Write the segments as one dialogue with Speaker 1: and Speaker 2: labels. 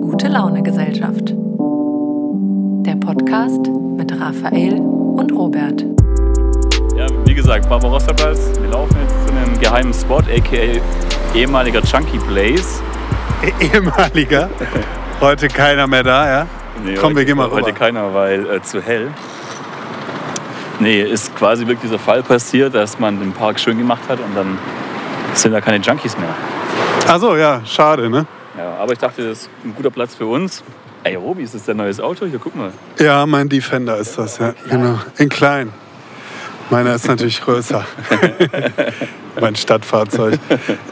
Speaker 1: Gute Laune Gesellschaft. Der Podcast mit Raphael und Robert.
Speaker 2: Ja, wie gesagt, Barbarossa-Platz. Wir laufen jetzt zu einem geheimen Spot, a.k.a. ehemaliger Chunky Blaze.
Speaker 3: ehemaliger. Heute keiner mehr da, ja?
Speaker 2: Nee,
Speaker 3: Komm, wir
Speaker 2: heute-
Speaker 3: gehen mal
Speaker 2: Heute
Speaker 3: rüber.
Speaker 2: keiner, weil äh, zu hell. Nee, ist quasi wirklich dieser Fall passiert, dass man den Park schön gemacht hat und dann sind da keine Junkies mehr.
Speaker 3: Ach so, ja, schade, ne?
Speaker 2: Ja, aber ich dachte, das ist ein guter Platz für uns. Ey, Robi, ist das dein neues Auto? Hier, guck mal.
Speaker 3: Ja, mein Defender ist das, ja. Genau. In klein. Meiner ist natürlich größer. mein Stadtfahrzeug.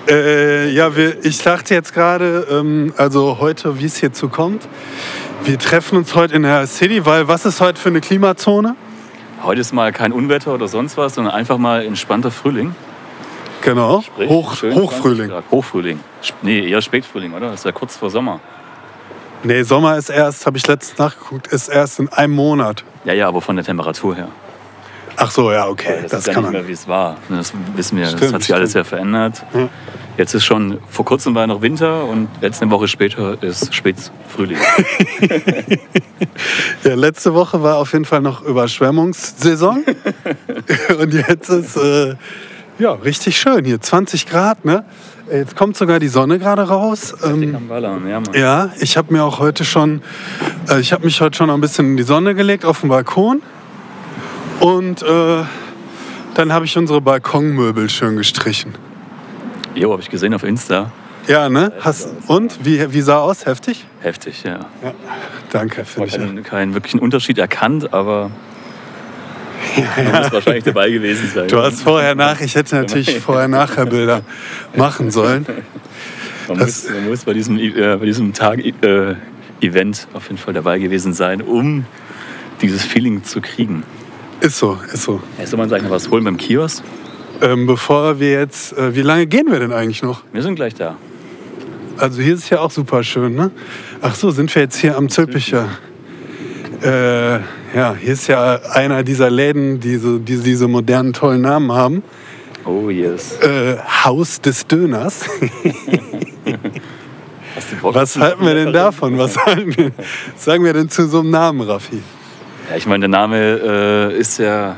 Speaker 3: Äh, ja, wir, ich dachte jetzt gerade, ähm, also heute, wie es hierzu kommt. Wir treffen uns heute in der City, weil was ist heute für eine Klimazone?
Speaker 2: Heute ist mal kein Unwetter oder sonst was, sondern einfach mal entspannter Frühling.
Speaker 3: Genau.
Speaker 2: Sprich,
Speaker 3: Hoch,
Speaker 2: schön 20
Speaker 3: Hochfrühling.
Speaker 2: Grad. Hochfrühling. Sp- Nee, eher Spätfrühling, oder? Das ist ja kurz vor Sommer.
Speaker 3: Nee, Sommer ist erst, habe ich letztens nachgeguckt, ist erst in einem Monat.
Speaker 2: Ja, ja, aber von der Temperatur her.
Speaker 3: Ach so, ja, okay.
Speaker 2: Weil das,
Speaker 3: Äh, das
Speaker 2: ist ja
Speaker 3: kann
Speaker 2: nicht
Speaker 3: man.
Speaker 2: mehr, wie es war. Das wissen wir. das
Speaker 3: Stimmt,
Speaker 2: hat sich alles
Speaker 3: stimmt.
Speaker 2: ja verändert.
Speaker 3: Ja.
Speaker 2: Jetzt ist schon, vor kurzem war noch Winter und jetzt eine Woche später ist Spätfrühling.
Speaker 3: Ja, letzte Woche war auf jeden Fall noch Überschwemmungssaison. Und jetzt ist äh, ja, richtig schön hier. 20 Grad, ne? Jetzt kommt sogar die Sonne gerade raus.
Speaker 2: Die
Speaker 3: Ähm,
Speaker 2: kann ballern, ja, Mann.
Speaker 3: ja, ich habe mir auch heute schon, äh, ich habe mich heute schon noch ein bisschen in die Sonne gelegt auf dem Balkon. Und äh, dann habe ich unsere Balkonmöbel schön gestrichen.
Speaker 2: Jo, habe ich gesehen auf Insta.
Speaker 3: Ja, ne? Hast, und? Wie, wie sah aus? Heftig?
Speaker 2: Heftig, ja.
Speaker 3: Danke,
Speaker 2: Man
Speaker 3: finde ich. ja.
Speaker 2: keinen, keinen wirklichen Unterschied erkannt, aber man muss wahrscheinlich dabei gewesen sein.
Speaker 3: Du hast vorher nach, ich hätte natürlich vorher nachher Bilder machen sollen.
Speaker 2: man,
Speaker 3: das-
Speaker 2: muss, man muss bei diesem, äh, bei diesem Tag äh, Event auf jeden Fall dabei gewesen sein, um dieses Feeling zu kriegen.
Speaker 3: Ist so, ist so.
Speaker 2: Ja, Soll man sagen, noch was holen beim Kiosk?
Speaker 3: Ähm, bevor wir jetzt, äh, wie lange gehen wir denn eigentlich noch?
Speaker 2: Wir sind gleich da.
Speaker 3: Also hier ist ja auch super schön, ne? Ach so, sind wir jetzt hier am Zülpicher. Äh, ja, hier ist ja einer dieser Läden, die, so, die diese modernen tollen Namen haben.
Speaker 2: Oh yes.
Speaker 3: Äh, Haus des Döners.
Speaker 2: Hast du Bock?
Speaker 3: Was halten wir denn davon? Was halten wir, sagen wir denn zu so einem Namen, Raffi?
Speaker 2: Ja, ich meine, der Name äh, ist ja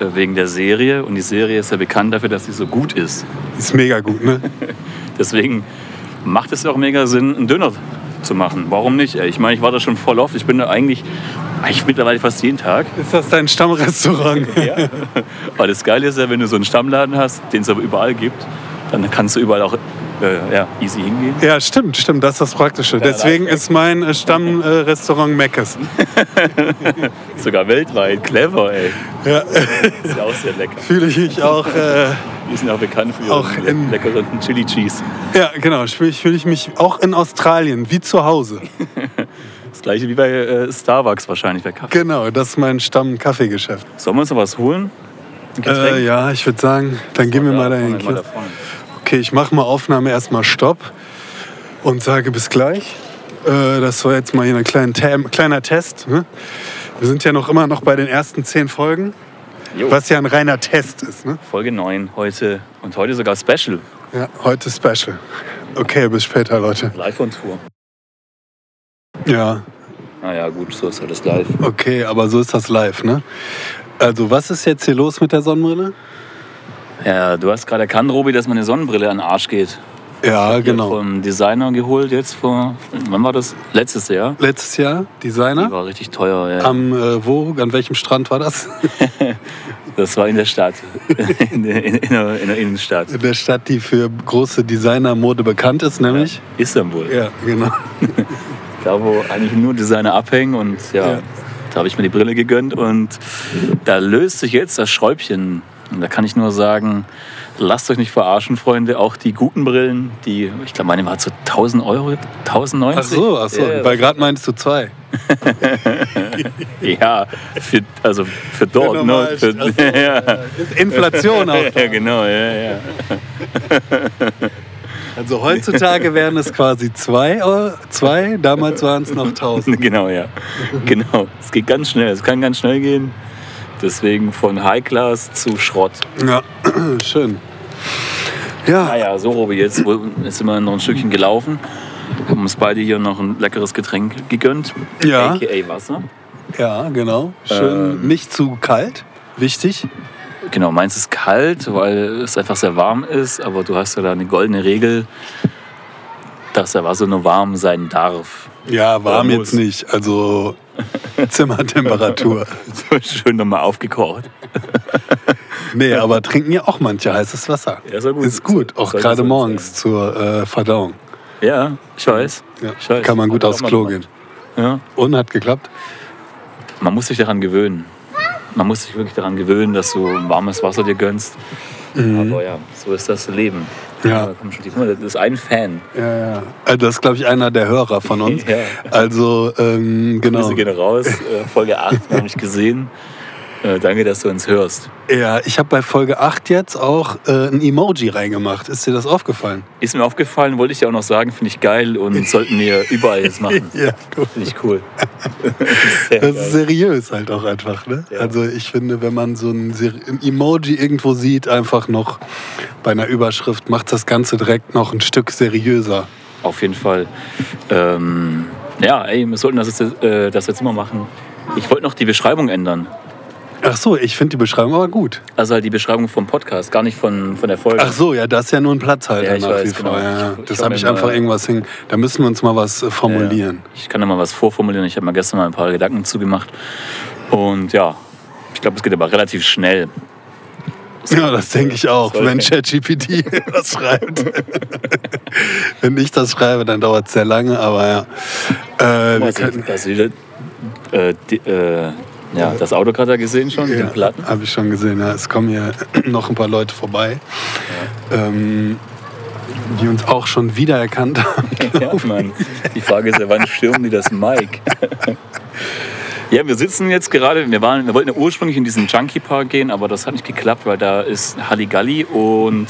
Speaker 2: äh, wegen der Serie und die Serie ist ja bekannt dafür, dass sie so gut ist.
Speaker 3: Ist mega gut, ne?
Speaker 2: Deswegen macht es auch mega Sinn, einen Döner zu machen. Warum nicht? ey? Ich meine, ich war da schon voll oft. Ich bin da eigentlich, eigentlich mittlerweile fast jeden Tag.
Speaker 3: Ist das dein Stammrestaurant?
Speaker 2: Weil das Geile ist ja, wenn du so einen Stammladen hast, den es aber überall gibt, dann kannst du überall auch äh, ja, easy hingehen.
Speaker 3: Ja, stimmt, stimmt, das ist das Praktische. Deswegen ist mein äh, Stammrestaurant äh, Meckes.
Speaker 2: Sogar weltweit. Clever, ey.
Speaker 3: Ja,
Speaker 2: Ist ja auch sehr lecker.
Speaker 3: fühle ich mich auch. Äh,
Speaker 2: Die sind auch bekannt für
Speaker 3: Auch
Speaker 2: ihren
Speaker 3: in-
Speaker 2: leckeren Chili Cheese.
Speaker 3: ja, genau, fühle ich, fühle ich mich auch in Australien, wie zu Hause.
Speaker 2: Das gleiche wie bei äh, Starbucks wahrscheinlich, bei Kaffee.
Speaker 3: Genau, das ist mein Stamm-Kaffeegeschäft.
Speaker 2: Sollen wir uns noch was holen? Ein Getränk?
Speaker 3: Äh, ja, ich würde sagen, dann gehen wir mal dahin.
Speaker 2: Mal da vorne.
Speaker 3: Okay, ich mache mal Aufnahme erstmal Stopp und sage bis gleich. Äh, das war jetzt mal hier ein kleiner, Tam- kleiner Test. Ne? Wir sind ja noch immer noch bei den ersten zehn Folgen,
Speaker 2: Jo,
Speaker 3: was ja ein reiner Test ist. Ne?
Speaker 2: Folge 9 heute und heute sogar Special.
Speaker 3: Ja, heute Special. Okay, bis später, Leute.
Speaker 2: Live on Tour.
Speaker 3: Ja,
Speaker 2: Naja, gut, so ist ja das live.
Speaker 3: okay, aber so ist das live, ne? Also, was ist jetzt hier los mit der Sonnenbrille?
Speaker 2: Ja, du hast gerade erkannt, Robi, dass meine Sonnenbrille an den Arsch geht.
Speaker 3: Ja,
Speaker 2: Hier
Speaker 3: genau.
Speaker 2: Vom Designer geholt jetzt vor, wann war das? Letztes Jahr.
Speaker 3: Letztes Jahr,
Speaker 2: Die
Speaker 3: Designer.
Speaker 2: war richtig teuer. Ja.
Speaker 3: Am, äh, wo, an welchem Strand war das?
Speaker 2: Das war in der Stadt. in, der, in, in, der, in der Innenstadt.
Speaker 3: In der Stadt, die für große Designermode bekannt ist, nämlich.
Speaker 2: Istanbul.
Speaker 3: Ja, genau.
Speaker 2: Da, wo eigentlich nur Designer abhängen und ja,
Speaker 3: Ja.
Speaker 2: da habe ich mir die Brille gegönnt und da löst sich jetzt das Schräubchen. Und da kann ich nur sagen, lasst euch nicht verarschen, Freunde. Auch die guten Brillen, die, ich glaube, meine war zu 1000 Euro, 1090.
Speaker 3: Ach so, ach so.
Speaker 2: Ja,
Speaker 3: Weil gerade meinst du zwei.
Speaker 2: ja für, also für dort. ne?
Speaker 3: normal,
Speaker 2: für,
Speaker 3: ach
Speaker 2: ja,
Speaker 3: Ist Inflation auch.
Speaker 2: ja, genau, ja, ja.
Speaker 3: Also heutzutage wären es quasi zwei, Euro- zwei. damals waren es noch tausend.
Speaker 2: Genau, ja. Genau. Es geht ganz schnell. Es kann ganz schnell gehen. Deswegen von High Class zu Schrott.
Speaker 3: Ja, schön. Ja,
Speaker 2: Ah ja, so Robi, jetzt, wo- jetzt sind wir noch ein Stückchen gelaufen. haben uns beide hier noch ein leckeres Getränk gegönnt.
Speaker 3: Ja.
Speaker 2: AKA Wasser.
Speaker 3: Ja, genau. Schön nicht zu kalt. Wichtig.
Speaker 2: Genau, meins ist kalt, weil es einfach sehr warm ist, aber du hast ja da eine goldene Regel, dass der Wasser nur warm sein darf.
Speaker 3: Ja, warm
Speaker 2: Oder
Speaker 3: jetzt
Speaker 2: muss.
Speaker 3: nicht. Also Zimmertemperatur.
Speaker 2: So schön nochmal aufgekocht.
Speaker 3: Nee, aber trinken ja auch manche heißes Wasser.
Speaker 2: Ja, ist ja gut.
Speaker 3: Ist gut, auch
Speaker 2: Sollte
Speaker 3: gerade
Speaker 2: so
Speaker 3: morgens zur äh, Verdauung.
Speaker 2: Ja, ich weiß.
Speaker 3: Ja.
Speaker 2: Ich weiß.
Speaker 3: Kann man gut
Speaker 2: Hab ich
Speaker 3: aufs
Speaker 2: auch mal
Speaker 3: Klo
Speaker 2: gemacht.
Speaker 3: gehen.
Speaker 2: Ja.
Speaker 3: Und hat geklappt?
Speaker 2: Man muss sich daran gewöhnen. Man muss sich wirklich daran gewöhnen, dass du warmes Wasser dir gönnst. Aber ja, so ist das Leben.
Speaker 3: Mhm. Ja.
Speaker 2: Da kommt schon die, guck mal, das ist ein Fan.
Speaker 3: Ja, ja. Also Das ist, glaube ich, einer der Hörer von uns.
Speaker 2: Ja.
Speaker 3: Also, ähm, genau.
Speaker 2: Grüße gehen raus. Äh, Folge 8 habe ich gesehen. Äh, danke, dass du uns hörst.
Speaker 3: Ja, ich habe bei Folge 8 jetzt auch äh, ein Emoji reingemacht. Ist dir das aufgefallen?
Speaker 2: Ist mir aufgefallen, wollte ich ja auch noch sagen, finde ich geil und sollten wir überall jetzt machen.
Speaker 3: Ja, du.
Speaker 2: Finde ich cool. Sehr
Speaker 3: Das
Speaker 2: geil.
Speaker 3: ist seriös halt auch einfach, ne?
Speaker 2: Ja.
Speaker 3: Also ich finde, wenn man so ein, Ser- ein Emoji irgendwo sieht, einfach noch bei einer Überschrift, macht das Ganze direkt noch ein Stück seriöser.
Speaker 2: Auf jeden Fall. Ähm, ja, ey, wir sollten das jetzt, äh, das jetzt immer machen. Ich wollte noch die Beschreibung ändern.
Speaker 3: Ach so, ich finde die Beschreibung aber gut.
Speaker 2: Also halt die Beschreibung vom Podcast, gar nicht von, von der Folge.
Speaker 3: Ach so, ja, das ist ja nur ein Platzhalter
Speaker 2: Ja, ich
Speaker 3: nach
Speaker 2: weiß,
Speaker 3: wie vor.
Speaker 2: genau.
Speaker 3: Ja, ja.
Speaker 2: Ich- ich
Speaker 3: das
Speaker 2: hab
Speaker 3: habe
Speaker 2: mir
Speaker 3: ich
Speaker 2: mal-
Speaker 3: einfach irgendwas hin. Da müssen wir uns mal was äh, formulieren.
Speaker 2: Ja. Ich kann da mal was vorformulieren. Ich habe mir gestern mal ein paar Gedanken zugemacht. Und ja, ich glaube, es geht aber relativ schnell.
Speaker 3: Ja, das denke ich auch,
Speaker 2: Sollte.
Speaker 3: wenn ChatGPT das schreibt. wenn ich das schreibe, dann dauert es sehr lange, aber ja. Äh, wir
Speaker 2: Also,
Speaker 3: können,
Speaker 2: das, wieder, äh, die, äh, ja, das Auto gerade da gesehen schon, den
Speaker 3: Ja,
Speaker 2: Platten.
Speaker 3: habe ich schon gesehen. Ja. Es kommen hier noch ein paar Leute vorbei, ähm, die uns auch schon wiedererkannt haben.
Speaker 2: Ja, Mann. Die Frage ist ja, wann stürmen die das Mike? Ja, wir sitzen jetzt gerade, wir, waren, wir wollten ja ursprünglich in diesen Junkie Park gehen, aber das hat nicht geklappt, weil da ist Halligalli und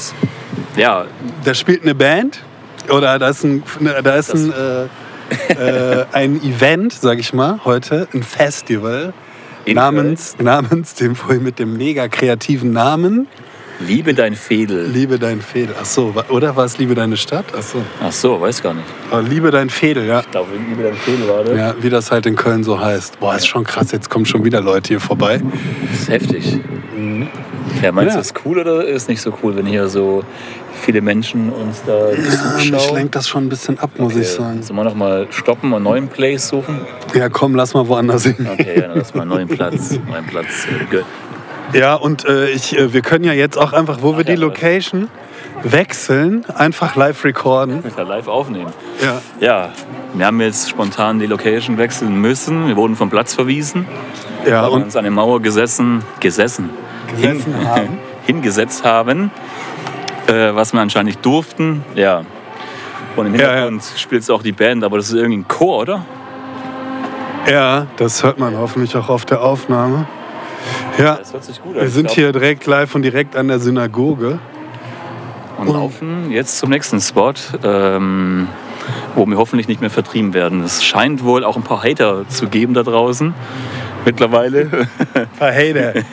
Speaker 2: ja,
Speaker 3: Da spielt eine Band oder da ist ein, da ist ein, äh, äh, ein Event, sag ich mal, heute, ein Festival.
Speaker 2: In
Speaker 3: namens, namens dem vorhin mit dem mega kreativen Namen
Speaker 2: liebe dein Fädel.
Speaker 3: Liebe dein Fädel. Ach so, wa- oder war es Liebe deine Stadt? Ach so.
Speaker 2: Ach so, weiß gar nicht.
Speaker 3: Aber Liebe dein Fädel, ja.
Speaker 2: Ich glaube, liebe dein Fädel war das.
Speaker 3: Ja, wie das halt in Köln so heißt. Boah, ist schon krass, jetzt kommen schon wieder Leute hier vorbei.
Speaker 2: Das ist heftig. Mhm. Ja, meinst
Speaker 3: Ja.
Speaker 2: du, ist cool oder ist nicht so cool, wenn hier so viele Menschen uns da
Speaker 3: Ähm, ich
Speaker 2: zuschauen?
Speaker 3: lenke das schon ein bisschen ab, muss ich sagen.
Speaker 2: Sollen wir nochmal stoppen und einen neuen Place suchen?
Speaker 3: Ja, komm, lass mal woanders hin.
Speaker 2: Okay, dann lass mal einen neuen Platz. Neuen Platz. äh, gö-
Speaker 3: Ja, und äh, ich, äh, wir können ja jetzt auch einfach, wo wir
Speaker 2: Ach ja,
Speaker 3: die Location wechseln, einfach live recorden.
Speaker 2: Mit der live aufnehmen.
Speaker 3: Ja.
Speaker 2: Ja, wir haben jetzt spontan die Location wechseln müssen. Wir wurden vom Platz verwiesen.
Speaker 3: Ja,
Speaker 2: weil wir
Speaker 3: und
Speaker 2: uns an der Mauer gesessen, gesessen,
Speaker 3: Gesessen haben.
Speaker 2: hingesetzt haben, äh, was wir anscheinend nicht durften. Ja. Und im
Speaker 3: Ja, ja.
Speaker 2: Hintergrund spielt es auch die Band, aber das ist irgendwie ein Chor, oder?
Speaker 3: ja, das hört man hoffentlich auch auf der Aufnahme. Ja,
Speaker 2: Das hört sich gut an.
Speaker 3: wir
Speaker 2: Ich
Speaker 3: sind
Speaker 2: glaub,
Speaker 3: hier direkt live und direkt an der Synagoge.
Speaker 2: Und laufen jetzt zum nächsten Spot, ähm, wo wir hoffentlich nicht mehr vertrieben werden. Es scheint wohl auch ein paar Hater zu geben da draußen mittlerweile,
Speaker 3: Verhate,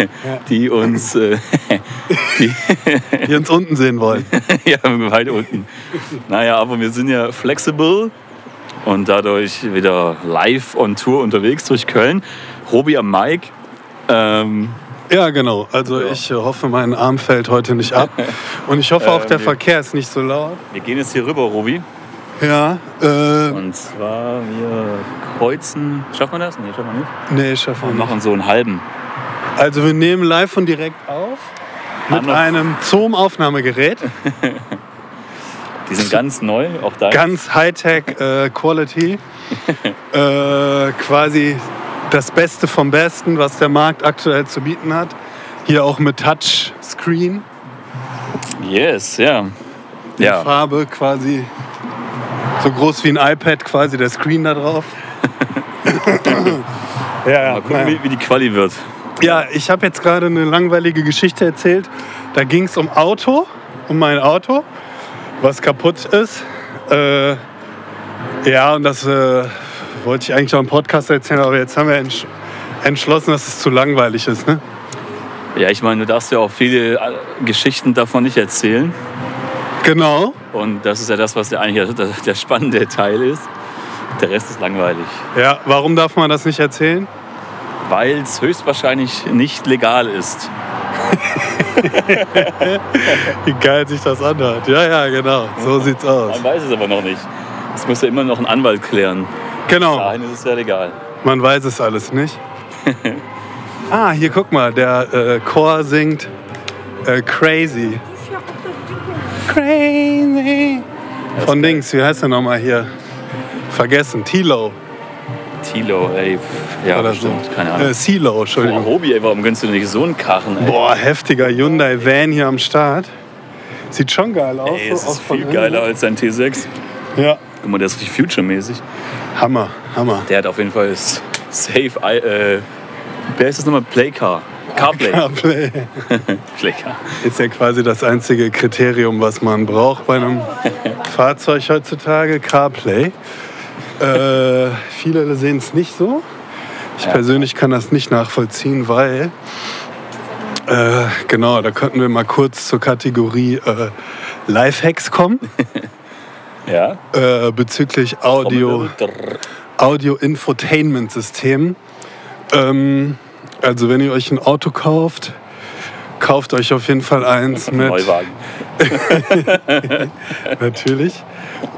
Speaker 2: die uns äh,
Speaker 3: die uns unten sehen wollen.
Speaker 2: ja, weit unten. Naja, aber wir sind ja flexible und dadurch wieder live on Tour unterwegs durch Köln. Robi am Mike. Ähm,
Speaker 3: Ja, genau. Also
Speaker 2: Ja.
Speaker 3: ich äh, hoffe, mein Arm fällt heute nicht ab. Und ich hoffe auch,
Speaker 2: Ähm,
Speaker 3: der
Speaker 2: nee.
Speaker 3: Verkehr ist nicht so laut.
Speaker 2: wir gehen jetzt hier rüber, Robi.
Speaker 3: Ja, äh,
Speaker 2: Und zwar, wir kreuzen. Schaffen wir das? Nee, schaffen wir nicht.
Speaker 3: nee, schaffen wir
Speaker 2: Wir
Speaker 3: nicht.
Speaker 2: machen so einen halben.
Speaker 3: Also wir nehmen live und direkt auf mit
Speaker 2: Haben noch-
Speaker 3: einem Zoom-Aufnahmegerät.
Speaker 2: Die sind ganz neu, auch da.
Speaker 3: Ganz Hightech äh, Quality. äh, quasi das Beste vom Besten, was der Markt aktuell zu bieten hat. Hier auch mit Touchscreen.
Speaker 2: Yes, ja.
Speaker 3: Die
Speaker 2: Ja,
Speaker 3: Farbe quasi so groß wie ein iPad, quasi der Screen da drauf. ja,
Speaker 2: mal
Speaker 3: ja,
Speaker 2: gucken,
Speaker 3: naja.
Speaker 2: wie, wie die Quali wird.
Speaker 3: ja, ich habe jetzt gerade eine langweilige Geschichte erzählt. Da ging es um Auto, um mein Auto, was kaputt ist. Äh, ja, und das äh, wollte ich eigentlich auch im Podcast erzählen, aber jetzt haben wir entsch entschlossen, dass es zu langweilig ist. Ne?
Speaker 2: Ja, ich meine, du darfst ja auch viele äh, Geschichten davon nicht erzählen.
Speaker 3: Genau.
Speaker 2: Und das ist ja das, was der eigentlich der, der spannende Teil ist. Der Rest ist langweilig,
Speaker 3: Ja, warum darf man das nicht erzählen?
Speaker 2: weil es höchstwahrscheinlich nicht legal ist.
Speaker 3: Wie geil sich das anhört. Ja, ja, genau. So sieht's aus.
Speaker 2: Man weiß es aber noch nicht. Das muss ja immer noch ein Anwalt klären.
Speaker 3: Genau.
Speaker 2: Dahin ist es ja legal.
Speaker 3: Man weiß es alles nicht. ah, hier guck mal, der äh, Chor singt äh, Crazy. Crazy. Von Dings, wie heißt der nochmal hier? Vergessen, Tilo
Speaker 2: Tilo, ey. pff, Ja,
Speaker 3: oder so.
Speaker 2: bestimmt. Keine Ahnung.
Speaker 3: Äh, Silo,
Speaker 2: Boah,
Speaker 3: Entschuldigung.
Speaker 2: Robi, ey, warum gönnst du dir nicht so einen Karren? Ey?
Speaker 3: Boah, heftiger Hyundai Van hier am Start. Sieht schon geil aus.
Speaker 2: ey,
Speaker 3: so
Speaker 2: es
Speaker 3: auch
Speaker 2: ist
Speaker 3: von ne?
Speaker 2: viel
Speaker 3: innen.
Speaker 2: geiler als sein T6.
Speaker 3: Ja,
Speaker 2: Guck mal, der ist richtig future-mäßig.
Speaker 3: Hammer, Hammer.
Speaker 2: Der hat auf jeden Fall s- safe. ei- Äh, wer ist das nochmal? Playcar. Carplay.
Speaker 3: Play.
Speaker 2: Playcar.
Speaker 3: Ist ja quasi das einzige Kriterium, was man braucht bei einem Fahrzeug heutzutage, CarPlay. Äh, viele sehen es nicht so. Ich
Speaker 2: Ja.
Speaker 3: persönlich kann das nicht nachvollziehen, weil äh, genau, da könnten wir mal kurz zur Kategorie äh, Lifehacks kommen
Speaker 2: Ja. äh,
Speaker 3: äh, bezüglich Audio.
Speaker 2: Trommelwirbel.
Speaker 3: Audio-Infotainment-System. Ähm, also wenn ihr euch ein Auto kauft, kauft euch auf jeden Fall eins mit.
Speaker 2: Neuwagen.
Speaker 3: Natürlich.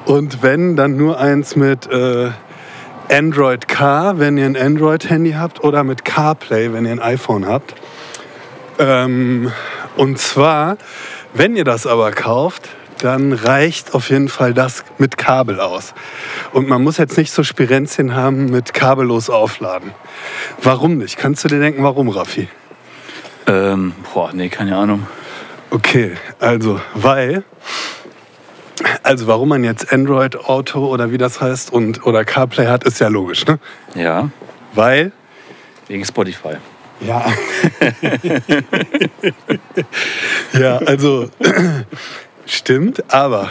Speaker 3: Und wenn, dann nur eins mit äh, Android Car, wenn ihr ein Android-Handy habt, oder mit CarPlay, wenn ihr ein iPhone habt. Ähm, und zwar, wenn ihr das aber kauft, dann reicht auf jeden Fall das mit Kabel aus. Und man muss jetzt nicht so Spirenzchen haben mit kabellos aufladen. Warum nicht? Kannst du dir denken, warum, Raffi?
Speaker 2: Ähm, boah, nee, keine Ahnung.
Speaker 3: Okay, also, weil. Also, warum man jetzt Android Auto oder wie das heißt und oder CarPlay hat, ist ja logisch, ne?
Speaker 2: Ja,
Speaker 3: Weil.
Speaker 2: wegen Spotify.
Speaker 3: Ja. ja, also. stimmt, aber.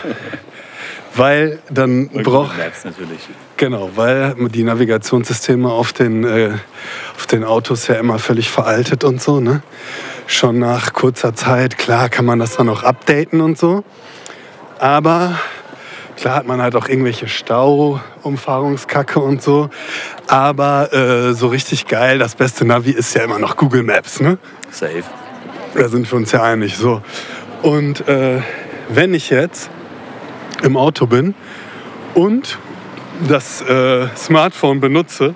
Speaker 3: Weil dann braucht.
Speaker 2: Maps natürlich.
Speaker 3: Genau, weil die Navigationssysteme auf den, äh, auf den Autos ja immer völlig veraltet und so. Ne? Schon nach kurzer Zeit, klar, kann man das dann auch updaten und so. Aber klar hat man halt auch irgendwelche Stauumfahrungskacke und so. Aber äh, so richtig geil, das beste Navi ist ja immer noch Google Maps. Ne?
Speaker 2: Safe.
Speaker 3: Da sind wir uns ja einig. So. Und äh, wenn ich jetzt im Auto bin und das äh, Smartphone benutze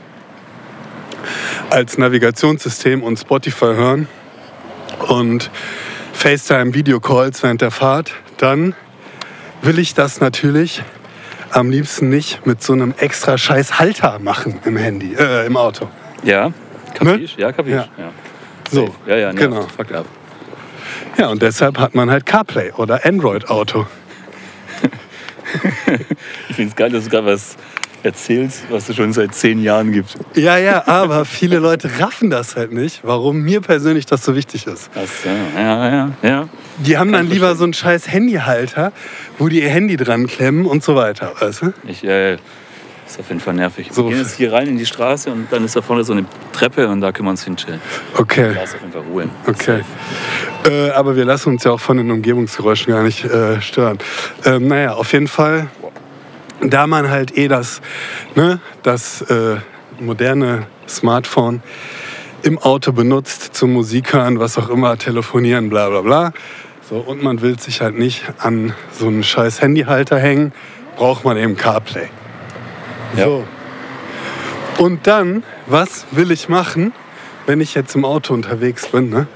Speaker 3: als Navigationssystem und Spotify hören und FaceTime-Videocalls während der Fahrt, dann will ich das natürlich am liebsten nicht mit so einem extra scheiß Halter machen im Handy, äh, im Auto.
Speaker 2: Ja, kapisch? Ja, kapisch.
Speaker 3: Ne? Ja.
Speaker 2: Ja, ja,
Speaker 3: So,
Speaker 2: ja, ja nervt.
Speaker 3: genau.
Speaker 2: Fuck ab.
Speaker 3: Ja, und deshalb hat man halt CarPlay oder Android Auto.
Speaker 2: Ich finde es geil, dass du gerade was erzählst, was es schon seit zehn Jahren gibt.
Speaker 3: Ja, ja, aber viele Leute raffen das halt nicht, warum mir persönlich das so wichtig ist.
Speaker 2: Ach so, ja, ja, ja.
Speaker 3: Die haben dann
Speaker 2: ich
Speaker 3: lieber so einen scheiß Handyhalter, wo die ihr Handy dran klemmen und so weiter, weißt du?
Speaker 2: Ich, äh, ist auf jeden Fall nervig.
Speaker 3: So.
Speaker 2: Wir gehen jetzt hier rein in die Straße und dann ist da vorne so eine Treppe und da können wir uns hinstellen. Da
Speaker 3: Okay,
Speaker 2: ist auf jeden Fall Ruhe.
Speaker 3: okay. Äh, aber wir lassen uns ja auch von den Umgebungsgeräuschen gar nicht äh, stören. Ähm, naja, auf jeden Fall, da man halt eh das, ne, das äh, moderne Smartphone im Auto benutzt, zum Musik hören, was auch immer, telefonieren, bla bla bla. So, und man will sich halt nicht an so einen scheiß Handyhalter hängen, braucht man eben CarPlay.
Speaker 2: Ja.
Speaker 3: So. Und dann, was will ich machen, wenn ich jetzt im Auto unterwegs bin ne?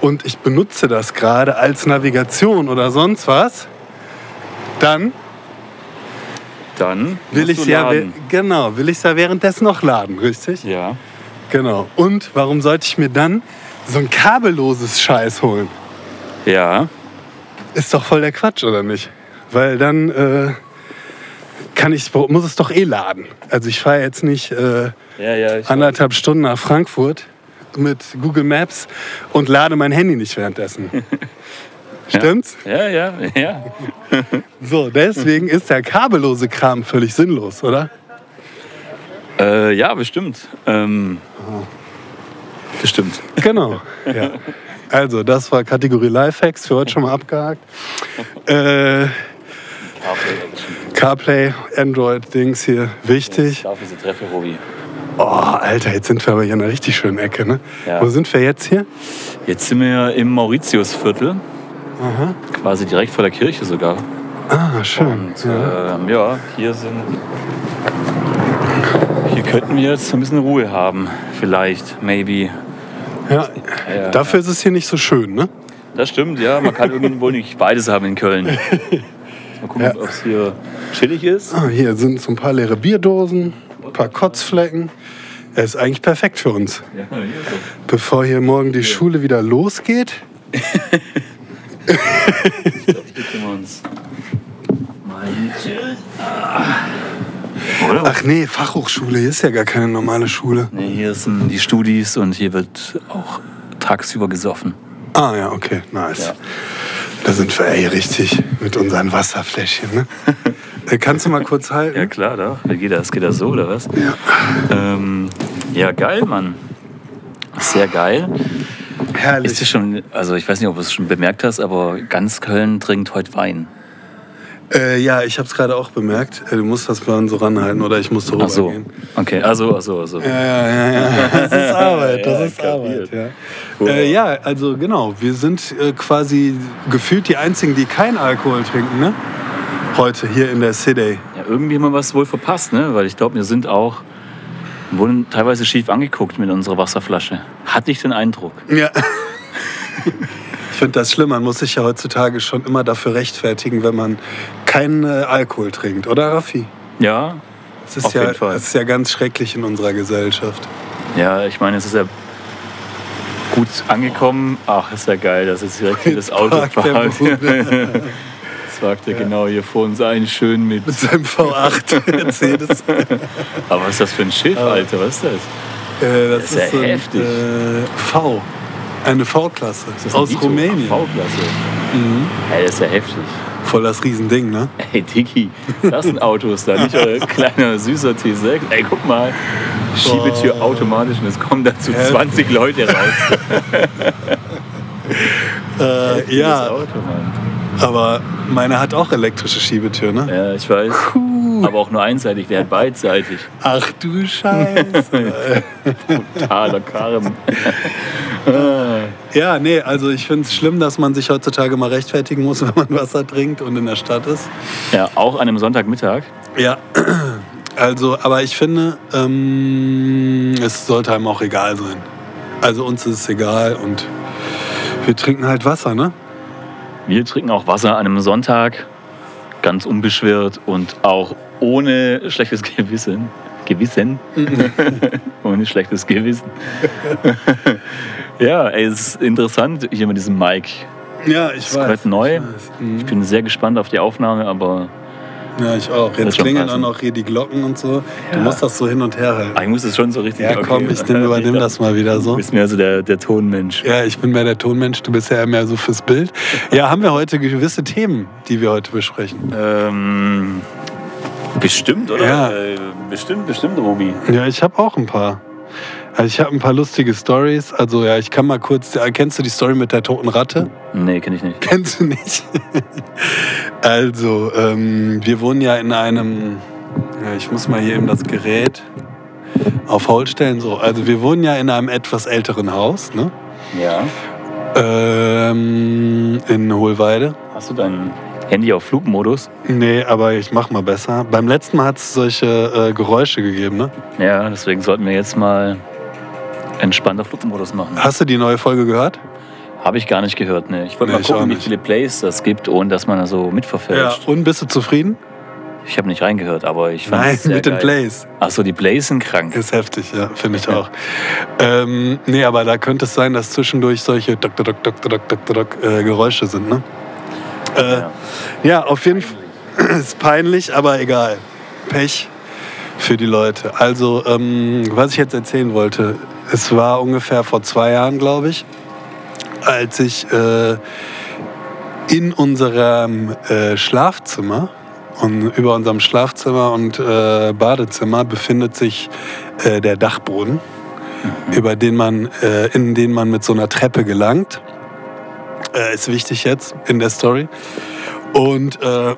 Speaker 3: und ich benutze das gerade als Navigation oder sonst was, dann
Speaker 2: Dann
Speaker 3: will
Speaker 2: musst
Speaker 3: ich
Speaker 2: du
Speaker 3: ja,
Speaker 2: laden.
Speaker 3: genau, will ich ja währenddessen noch laden, richtig?
Speaker 2: Ja.
Speaker 3: Genau. Und warum sollte ich mir dann so ein kabelloses Scheiß holen?
Speaker 2: Ja.
Speaker 3: Ist doch voll der Quatsch, oder nicht? Weil dann äh, kann ich, muss es doch eh laden. Also ich fahre jetzt nicht äh,
Speaker 2: Ja, ja. Ich
Speaker 3: anderthalb Stunden nach Frankfurt mit Google Maps und lade mein Handy nicht währenddessen. Stimmt's?
Speaker 2: ja, ja, ja.
Speaker 3: So, deswegen ist der kabellose Kram völlig sinnlos, oder?
Speaker 2: Äh, ja, bestimmt. Ähm, bestimmt.
Speaker 3: Genau. Ja. Also, das war Kategorie Lifehacks, für heute schon mal abgehakt. Äh, CarPlay, Android-Dings hier, wichtig.
Speaker 2: Darf diese Treffe, Robi?
Speaker 3: Oh, Alter, jetzt sind wir aber hier in einer richtig schönen Ecke, ne?
Speaker 2: Ja.
Speaker 3: Wo sind wir jetzt hier?
Speaker 2: Jetzt sind wir im Mauritiusviertel,
Speaker 3: Aha.
Speaker 2: quasi direkt vor der Kirche sogar.
Speaker 3: Ah, schön.
Speaker 2: Und
Speaker 3: ja.
Speaker 2: ähm, ja, hier sind. Hier könnten wir jetzt ein bisschen Ruhe haben, vielleicht, maybe.
Speaker 3: Ja.
Speaker 2: Ja,
Speaker 3: Dafür ist es hier nicht so schön, ne?
Speaker 2: Das stimmt, ja. Man kann irgendwo nicht beides haben in Köln. Mal gucken,
Speaker 3: Ja.
Speaker 2: ob es hier chillig ist.
Speaker 3: Ah, hier sind so ein paar leere Bierdosen, ein paar Kotzflecken. Er ist eigentlich perfekt für uns.
Speaker 2: Ja, hier so.
Speaker 3: Bevor hier morgen die Schule wieder losgeht.
Speaker 2: Hier können wir uns mal chillen. Ah. Oder?
Speaker 3: Ach nee, Fachhochschule hier ist ja gar keine normale Schule.
Speaker 2: Nee, hier sind die Studis und hier wird auch tagsüber gesoffen.
Speaker 3: Ah ja, okay, nice.
Speaker 2: Ja.
Speaker 3: Da sind wir ey, richtig mit unseren Wasserfläschchen. Ne? Äh, Kannst du mal kurz
Speaker 2: Ja
Speaker 3: halten?
Speaker 2: klar, da. Wie geht das? Geht das so oder was?
Speaker 3: Ja.
Speaker 2: Ähm, ja, geil, Mann. Sehr geil. Ist dir
Speaker 3: Herrlich.
Speaker 2: schon, also ich weiß nicht, ob du es schon bemerkt hast, aber ganz Köln trinkt heute Wein.
Speaker 3: Äh, ja, ich habe es gerade auch bemerkt. Äh, Du musst das Blauen so ranhalten oder ich muss so
Speaker 2: Ach so.
Speaker 3: rübergehen.
Speaker 2: Okay, also, also, also.
Speaker 3: Ja, ja, ja, ja. Das ist Arbeit, das
Speaker 2: Ja,
Speaker 3: ist
Speaker 2: kapiert.
Speaker 3: Arbeit. Ja. Äh, ja, also genau. Wir sind äh, quasi gefühlt die Einzigen, die keinen Alkohol trinken, ne? Heute hier in der City.
Speaker 2: Ja, irgendwie haben wir was wohl verpasst, ne? Weil ich glaube, wir sind auch, wurden teilweise schief angeguckt mit unserer Wasserflasche. Hatte ich den Eindruck.
Speaker 3: Ja. Ich finde das schlimm, man muss sich ja heutzutage schon immer dafür rechtfertigen, wenn man keinen äh, Alkohol trinkt, oder Raffi?
Speaker 2: Ja,
Speaker 3: Das ist,
Speaker 2: Auf
Speaker 3: ja,
Speaker 2: jeden Fall.
Speaker 3: das ist ja ganz schrecklich in unserer Gesellschaft.
Speaker 2: ja, ich meine, es ist ja gut angekommen. Ach, ist ja geil, dass jetzt direkt hier das Auto
Speaker 3: Parkt der
Speaker 2: parkt.
Speaker 3: Bruder.
Speaker 2: Das wagt er genau hier vor uns ein, schön mit.
Speaker 3: Mit seinem V8 Mercedes.
Speaker 2: Aber was ist das für ein Schiff, Alter? Was ist das?
Speaker 3: Äh, das,
Speaker 2: ist ja
Speaker 3: so ein,
Speaker 2: heftig.
Speaker 3: Äh, V. Eine V-Klasse.
Speaker 2: das
Speaker 3: Aus Rumänien. Mhm.
Speaker 2: V-Klasse. Ey, das ist ja heftig.
Speaker 3: Voll das Riesending, ne?
Speaker 2: Ey, Dicky, das sind Autos da, nicht euer kleiner süßer T6. Ey, guck mal, Schiebetür automatisch und es kommen dazu
Speaker 3: Heftig.
Speaker 2: 20 Leute raus.
Speaker 3: Äh,
Speaker 2: Das
Speaker 3: ja,
Speaker 2: Auto, Mann.
Speaker 3: aber meine hat auch elektrische Schiebetür, ne?
Speaker 2: Ja, ich weiß. Aber auch nur einseitig, der hat beidseitig.
Speaker 3: Ach du Scheiße.
Speaker 2: Taler Karren.
Speaker 3: ja, nee, also ich finde es schlimm, dass man sich heutzutage mal rechtfertigen muss, wenn man Wasser trinkt und in der Stadt ist.
Speaker 2: Ja, auch an einem Sonntagmittag.
Speaker 3: Ja. Also, aber ich finde, ähm, es sollte einem auch egal sein. Also uns ist es egal und wir trinken halt Wasser, ne?
Speaker 2: Wir trinken auch Wasser an einem Sonntag, ganz unbeschwert und auch ohne schlechtes Gewissen. Gewissen? ohne schlechtes Gewissen. ja, ey, es ist interessant hier mit diesem Mic.
Speaker 3: Ja, ich
Speaker 2: Das gehört neu.
Speaker 3: ich weiß. Mhm.
Speaker 2: Ich bin sehr gespannt auf die Aufnahme, aber
Speaker 3: Ja, ich auch.
Speaker 2: Wird
Speaker 3: Jetzt
Speaker 2: schon
Speaker 3: klingeln auch
Speaker 2: passen.
Speaker 3: noch hier die Glocken und so.
Speaker 2: Ja.
Speaker 3: Du musst das so hin und her halten.
Speaker 2: ah, ich muss es schon so richtig.
Speaker 3: Ja, komm, ich nehm, übernimm das mal wieder
Speaker 2: Du
Speaker 3: so.
Speaker 2: bist mir also der, der Tonmensch.
Speaker 3: Ja, ich bin mehr der Tonmensch, du bist ja eher mehr so fürs Bild. Ja, haben wir heute gewisse Themen, die wir heute besprechen?
Speaker 2: Ähm, bestimmt, oder?
Speaker 3: Ja.
Speaker 2: Äh, bestimmt, bestimmt, Robi.
Speaker 3: Ja, ich habe auch ein paar. Also ich habe ein paar lustige Stories. Also ja, ich kann mal kurz. äh, Kennst du die Story mit der toten Ratte?
Speaker 2: Nee, kenne ich nicht.
Speaker 3: Kennst du nicht? also, ähm, wir wohnen ja in einem. Ja, ich muss mal hier eben das Gerät auf Hold stellen. So, also wir wohnen ja in einem etwas älteren Haus, ne?
Speaker 2: Ja.
Speaker 3: Ähm, in Hohlweide.
Speaker 2: Hast du dein Handy auf Flugmodus?
Speaker 3: Nee, aber ich mach mal besser. Beim letzten Mal hat es solche äh, Geräusche gegeben, ne?
Speaker 2: Ja, deswegen sollten wir jetzt mal entspannt auf Flugmodus machen.
Speaker 3: Hast du die neue Folge gehört?
Speaker 2: Habe ich gar nicht gehört, ne? Ich wollte
Speaker 3: Nee,
Speaker 2: mal
Speaker 3: ich auch
Speaker 2: gucken, wie
Speaker 3: nicht.
Speaker 2: viele Plays das gibt, ohne dass man da so mitverfälscht.
Speaker 3: Und bist du zufrieden?
Speaker 2: Ich habe nicht reingehört, aber ich fand
Speaker 3: Nein,
Speaker 2: es sehr
Speaker 3: mit
Speaker 2: geil.
Speaker 3: den Plays.
Speaker 2: Achso, die Plays sind krank.
Speaker 3: Ist heftig, ja, finde ich auch. ähm, nee, aber da könnte es sein, dass zwischendurch solche Dok, Dok, Dok, Dok, Dok, Dok, Dok, äh, Geräusche sind, ne? Äh, ja.
Speaker 2: Ja.
Speaker 3: auf jeden Fall. Ist peinlich, aber egal. Pech für die Leute. Also, ähm, was ich jetzt erzählen wollte, es war ungefähr vor zwei Jahren, glaube ich, als ich äh, in unserem äh, Schlafzimmer und über unserem Schlafzimmer und äh, Badezimmer befindet sich äh, der Dachboden, über den man, äh, in den man mit so einer Treppe gelangt. Äh, ist wichtig jetzt in der Story. Und äh,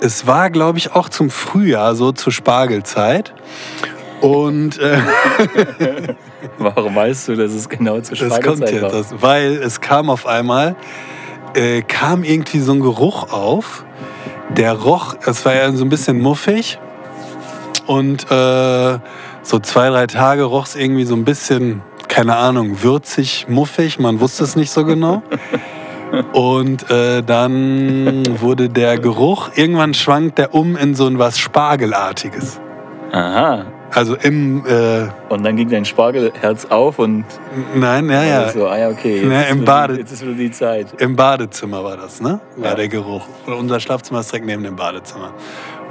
Speaker 3: es war, glaube ich, auch zum Frühjahr, so zur Spargelzeit. Und äh,
Speaker 2: Warum weißt du, dass es genau zur
Speaker 3: das kommt
Speaker 2: Spargelzeit
Speaker 3: jetzt,
Speaker 2: war?
Speaker 3: das, weil es kam auf einmal, äh, kam irgendwie so ein Geruch auf. Der roch, es war ja so ein bisschen muffig. Und äh, so zwei, drei Tage roch es irgendwie so ein bisschen, keine Ahnung, würzig, muffig. Man wusste es nicht so genau. Und äh, dann wurde der Geruch, irgendwann schwankt der um in so ein was Spargelartiges.
Speaker 2: Aha.
Speaker 3: Also im, äh,
Speaker 2: Und dann ging dein Spargelherz auf und
Speaker 3: nein, ja, ja.
Speaker 2: so, ah ja, okay.
Speaker 3: Na,
Speaker 2: ist
Speaker 3: im
Speaker 2: wieder-
Speaker 3: Bade-
Speaker 2: Jetzt ist wieder die Zeit.
Speaker 3: Im Badezimmer war das, ne? War
Speaker 2: Ja.
Speaker 3: der Geruch. Und unser Schlafzimmer ist direkt neben dem Badezimmer.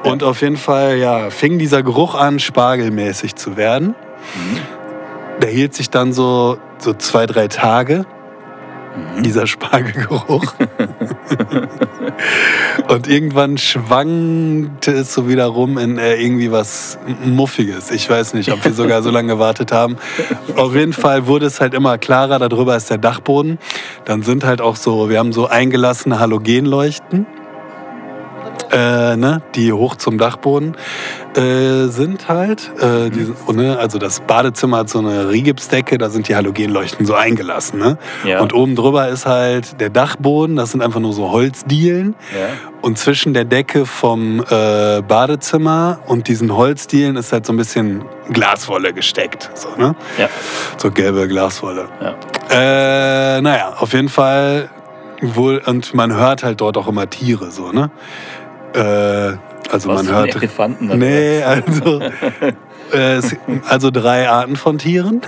Speaker 3: Und auf jeden Fall, ja, fing dieser Geruch an, spargelmäßig zu werden. Der hielt sich dann so, so zwei, drei Tage, dieser Spargelgeruch. Und irgendwann schwankte es so wieder rum in äh, irgendwie was Muffiges. Ich weiß nicht, ob wir sogar so lange gewartet haben. Auf jeden Fall wurde es halt immer klarer. Darüber ist der Dachboden. Dann sind halt auch so, wir haben so eingelassene Halogenleuchten. Äh, ne, die hoch zum Dachboden äh, sind halt. Äh, die, oh, ne, also das Badezimmer hat so eine Rigipsdecke, da sind die Halogenleuchten so eingelassen. Ne?
Speaker 2: Ja.
Speaker 3: Und oben drüber ist halt der Dachboden, das sind einfach nur so Holzdielen.
Speaker 2: Ja.
Speaker 3: Und zwischen der Decke vom äh, Badezimmer und diesen Holzdielen ist halt so ein bisschen Glaswolle gesteckt. So, ne?
Speaker 2: Ja.
Speaker 3: so gelbe Glaswolle.
Speaker 2: Ja.
Speaker 3: Äh, naja, auf jeden Fall wohl, und man hört halt dort auch immer Tiere, so, ne? Äh, also
Speaker 2: Was
Speaker 3: man
Speaker 2: für
Speaker 3: hört.
Speaker 2: einen Elefanten dann
Speaker 3: Nee, also. äh, es, also drei Arten von Tieren.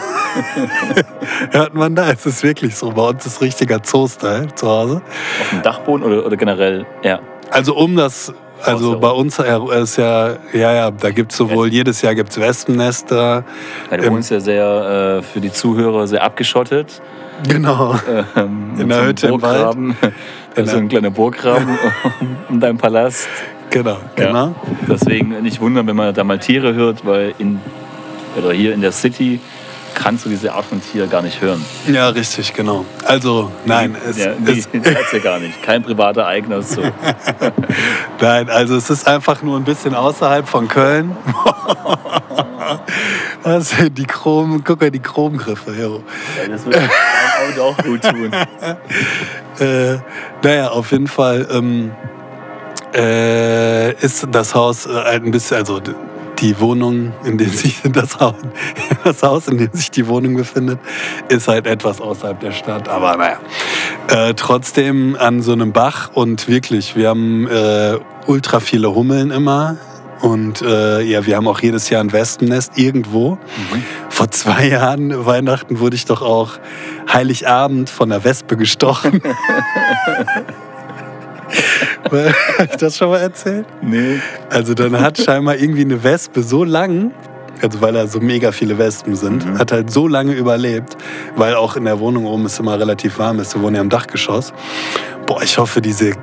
Speaker 3: Hört man da? Es ist wirklich so. Bei uns ist richtiger Zoo-Style zu Hause.
Speaker 2: Auf dem Dachboden oder, oder generell? Ja.
Speaker 3: Also um das, also
Speaker 2: Außer-
Speaker 3: bei uns her- ist ja, ja, ja, da gibt es sowohl, jedes Jahr gibt es Wespennester.
Speaker 2: Weil du
Speaker 3: Ähm.
Speaker 2: wohnst ja sehr äh, für die Zuhörer sehr abgeschottet.
Speaker 3: Genau.
Speaker 2: Ähm,
Speaker 3: In der
Speaker 2: so einem
Speaker 3: Hütte im Wald.
Speaker 2: Burggraben. Da ist so ein kleiner Burggraben um deinem Palast.
Speaker 3: Genau,
Speaker 2: Ja.
Speaker 3: genau.
Speaker 2: Deswegen nicht wundern, wenn man da mal Tiere hört, weil in, oder hier in der City kannst du diese Art von Tier gar nicht hören.
Speaker 3: Ja, richtig, genau. Also, nein, es,
Speaker 2: ja,
Speaker 3: es,
Speaker 2: die hat's ja gar nicht. Kein privater Eigner ist so.
Speaker 3: Nein, also es ist einfach nur ein bisschen außerhalb von Köln. Das sind die Chrom, guck mal, die Chromgriffe, Hero.
Speaker 2: Das würde deinem Auto auch gut tun.
Speaker 3: Äh, naja, auf jeden Fall ähm, äh, ist das Haus äh, ein bisschen, also d- die Wohnung, in dem sich das Haus, das Haus, in dem sich die Wohnung befindet, ist halt etwas außerhalb der Stadt. Aber naja, äh, trotzdem an so einem Bach und wirklich, wir haben äh, ultra viele Hummeln immer. Und äh, ja, wir haben auch jedes Jahr ein Wespennest irgendwo. Vor zwei Jahren Weihnachten wurde ich doch auch Heiligabend von einer Wespe gestochen. Habe ich das schon mal erzählt?
Speaker 2: Nee.
Speaker 3: Also dann hat scheinbar irgendwie eine Wespe so lang, also weil da so mega viele Wespen sind, hat halt so lange überlebt, weil auch in der Wohnung oben es immer relativ warm ist. Wir wohnen ja im Dachgeschoss. Boah, ich hoffe, diese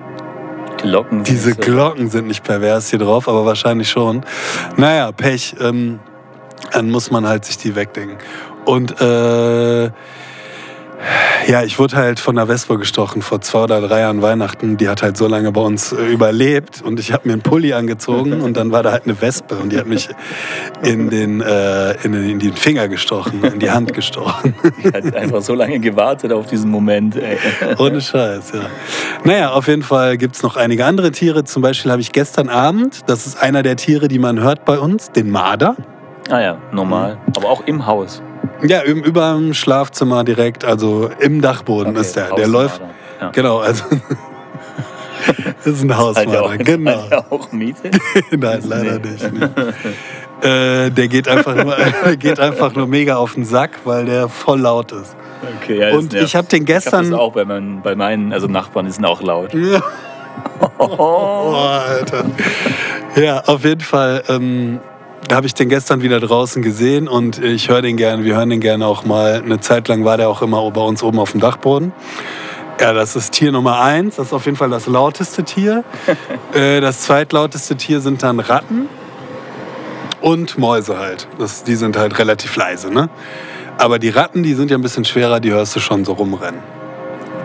Speaker 2: Glocken. sind
Speaker 3: diese
Speaker 2: so-
Speaker 3: Glocken sind nicht pervers hier drauf, aber wahrscheinlich schon. Naja, Pech. Ähm, dann muss man halt sich die wegdenken. Und äh, ja, ich wurde halt von einer Wespe gestochen vor zwei oder drei Jahren Weihnachten. Die hat halt so lange bei uns äh, überlebt und ich habe mir einen Pulli angezogen und dann war da halt eine Wespe und die hat mich in den, äh, in den, in den Finger gestochen, in die Hand gestochen.
Speaker 2: Die hat einfach so lange gewartet auf diesen Moment. Ey.
Speaker 3: Ohne Scheiß, ja. Naja, auf jeden Fall gibt es noch einige andere Tiere. Zum Beispiel habe ich gestern Abend, das ist einer der Tiere, die man hört bei uns, den Marder.
Speaker 2: Ah ja, normal.
Speaker 3: Mhm.
Speaker 2: Aber auch im Haus.
Speaker 3: Ja, im, über dem Schlafzimmer direkt, also im Dachboden
Speaker 2: Okay,
Speaker 3: ist der. Der läuft.
Speaker 2: Hausmarder. Ja.
Speaker 3: Genau, also. das ist
Speaker 2: Zahlt
Speaker 3: ein
Speaker 2: der
Speaker 3: Hausmarder,
Speaker 2: halt auch,
Speaker 3: genau.
Speaker 2: zahlt der auch Miete?
Speaker 3: Nein, leider
Speaker 2: Nee.
Speaker 3: nicht. nee. Äh, der geht einfach, nur, der geht einfach nur mega auf den Sack, weil der voll laut ist.
Speaker 2: Okay, ja, das
Speaker 3: Und
Speaker 2: nervt.
Speaker 3: ich habe den
Speaker 2: Ich hab das
Speaker 3: gestern.
Speaker 2: auch bei meinen, bei meinen, also Nachbarn, die sind auch laut.
Speaker 3: Oh, Alter. Ja, auf jeden Fall ähm, habe ich den gestern wieder draußen gesehen und ich höre den gerne, wir hören den gerne auch mal. Eine Zeit lang war der auch immer bei uns oben auf dem Dachboden. Ja, das ist Tier Nummer eins. Das ist auf jeden Fall das lauteste Tier. äh, das zweitlauteste Tier sind dann Ratten und Mäuse halt. Das, die sind halt relativ leise, ne? Aber die Ratten, die sind ja ein bisschen schwerer, die hörst du schon so rumrennen.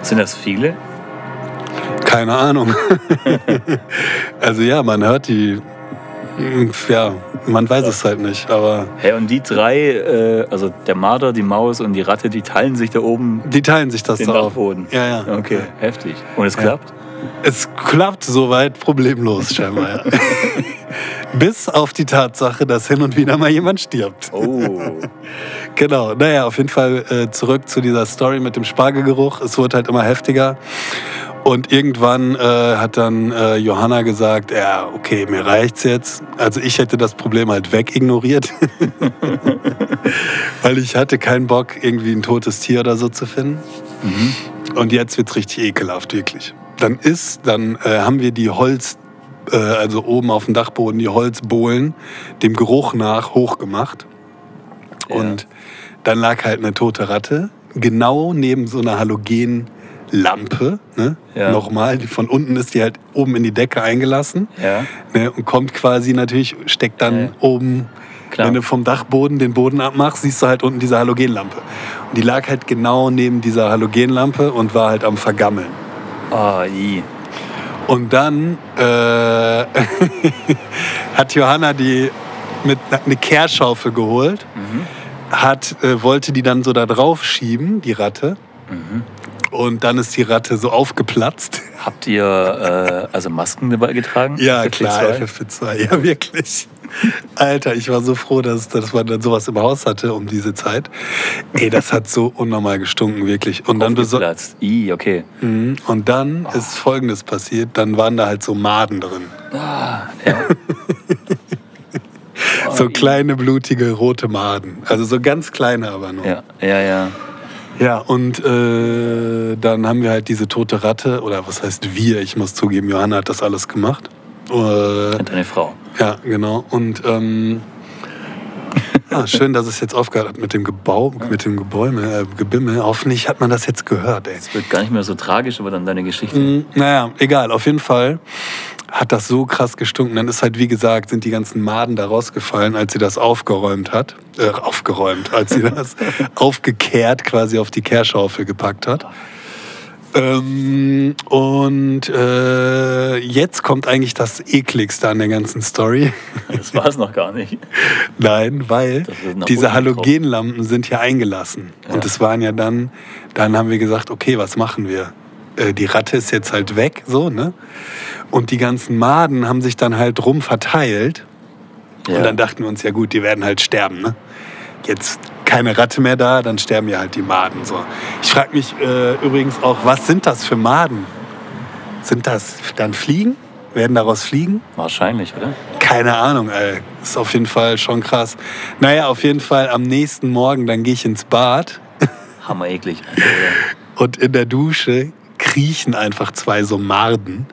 Speaker 2: Sind das viele?
Speaker 3: Keine Ahnung. also ja, man hört die. Ja, man weiß es halt nicht, aber
Speaker 2: Hey, und die drei, äh, also der Marder, die Maus und die Ratte, die teilen sich da oben
Speaker 3: die teilen sich das
Speaker 2: den
Speaker 3: doch auf.
Speaker 2: Dachboden.
Speaker 3: Ja, ja.
Speaker 2: Okay, heftig. Und es
Speaker 3: Ja.
Speaker 2: klappt?
Speaker 3: Es klappt soweit problemlos scheinbar. Ja. Bis auf die Tatsache, dass hin und wieder mal jemand stirbt.
Speaker 2: Oh.
Speaker 3: Genau, naja, auf jeden Fall äh, zurück zu dieser Story mit dem Spargelgeruch. Es wurde halt immer heftiger. Und irgendwann äh, hat dann äh, Johanna gesagt, ja, okay, mir reicht's jetzt. Also ich hätte das Problem halt wegignoriert, weil ich hatte keinen Bock, irgendwie ein totes Tier oder so zu finden.
Speaker 2: Mhm.
Speaker 3: Und jetzt wird's richtig ekelhaft, wirklich. Dann ist, dann äh, haben wir die Holz, äh, also oben auf dem Dachboden die Holzbohlen dem Geruch nach hochgemacht.
Speaker 2: Ja.
Speaker 3: Und dann lag halt eine tote Ratte, genau neben so einer Halogenlampe. Ne?
Speaker 2: Ja.
Speaker 3: Nochmal, die von unten ist die halt oben in die Decke eingelassen.
Speaker 2: Ja.
Speaker 3: Ne? Und kommt quasi natürlich, steckt dann
Speaker 2: Ja.
Speaker 3: oben,
Speaker 2: Klar.
Speaker 3: wenn du vom Dachboden den Boden abmachst, siehst du halt unten diese Halogenlampe. Und die lag halt genau neben dieser Halogenlampe und war halt am Vergammeln.
Speaker 2: Ah, i.
Speaker 3: Und dann äh, hat Johanna die mit eine Kehrschaufel geholt,
Speaker 2: Mhm.
Speaker 3: hat, äh, wollte die dann so da drauf schieben, die Ratte.
Speaker 2: Mhm.
Speaker 3: Und dann ist die Ratte so aufgeplatzt.
Speaker 2: Habt ihr äh, also Masken dabei getragen?
Speaker 3: Ja,
Speaker 2: FFP2?
Speaker 3: klar, FFP2. Ja, wirklich. Alter, ich war so froh, dass, dass man dann sowas im Haus hatte um diese Zeit. Ey, das hat so unnormal gestunken, wirklich. Und dann, beso
Speaker 2: Aufgeplatzt. I, okay.
Speaker 3: Mhm. und dann ist Folgendes passiert. Dann waren da halt so Maden drin. So kleine, blutige, rote Maden. Also so ganz kleine aber nur.
Speaker 2: Ja, ja, ja.
Speaker 3: Ja, und äh, dann haben wir halt diese tote Ratte, oder was heißt wir? Ich muss zugeben, Johanna hat das alles gemacht. Äh,
Speaker 2: Und deine Frau.
Speaker 3: ja, genau. Und ähm, ah, schön, dass es jetzt aufgehört hat mit dem Gebau, mit dem Gebäume, äh, Gebimmel. Hoffentlich hat man das jetzt gehört, ey.
Speaker 2: Es wird gar nicht mehr so tragisch, aber dann deine Geschichte.
Speaker 3: Mm, Naja, egal, auf jeden Fall hat das so krass gestunken. Dann ist halt, wie gesagt, sind die ganzen Maden da rausgefallen, als sie das aufgeräumt hat. Äh, aufgeräumt, als sie das aufgekehrt quasi auf die Kehrschaufel gepackt hat. Ähm, und äh, jetzt kommt eigentlich das ekligste an der ganzen Story.
Speaker 2: Das war es noch gar nicht.
Speaker 3: Nein, weil
Speaker 2: Das ist nach
Speaker 3: diese
Speaker 2: unten gekommen.
Speaker 3: Halogenlampen sind ja eingelassen. Und es waren ja dann, dann haben wir gesagt, okay, was machen wir? Äh, die Ratte ist jetzt halt weg, so, ne? Und die ganzen Maden haben sich dann halt rum verteilt. Und dann dachten wir uns, ja gut, die werden halt sterben, ne? Jetzt keine Ratte mehr da, dann sterben ja halt die Maden, so. Ich frage mich äh, übrigens auch, was sind das für Maden? Sind das dann Fliegen? Werden daraus Fliegen?
Speaker 2: Wahrscheinlich, oder?
Speaker 3: Keine Ahnung, ey. Ist auf jeden Fall schon krass. Naja, auf jeden Fall am nächsten Morgen, dann gehe ich ins Bad
Speaker 2: Hammer eklig.
Speaker 3: und in der Dusche kriechen einfach zwei so Marden,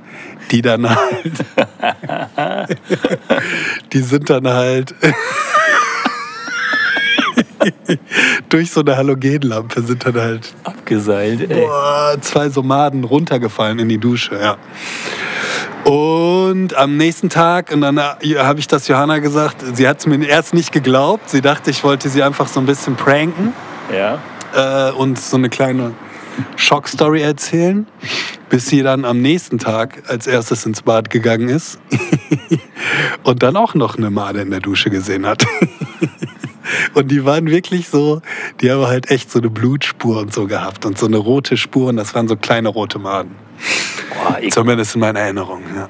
Speaker 3: die dann halt. die sind dann halt. durch so eine Halogenlampe sind dann halt
Speaker 2: Abgeseilt, ey.
Speaker 3: Boah, zwei Somaden runtergefallen in die Dusche, ja. Und am nächsten Tag, und dann äh, habe ich das Johanna gesagt, sie hat es mir erst nicht geglaubt. Sie dachte, ich wollte sie einfach so ein bisschen pranken
Speaker 2: Ja.
Speaker 3: äh, und so eine kleine Schockstory erzählen, bis sie dann am nächsten Tag als erstes ins Bad gegangen ist und dann auch noch eine Made in der Dusche gesehen hat. Und die waren wirklich so, die haben halt echt so eine Blutspur und so gehabt und so eine rote Spur und das waren so kleine rote Maden.
Speaker 2: Boah, eklig.
Speaker 3: Zumindest in meiner Erinnerung, ja.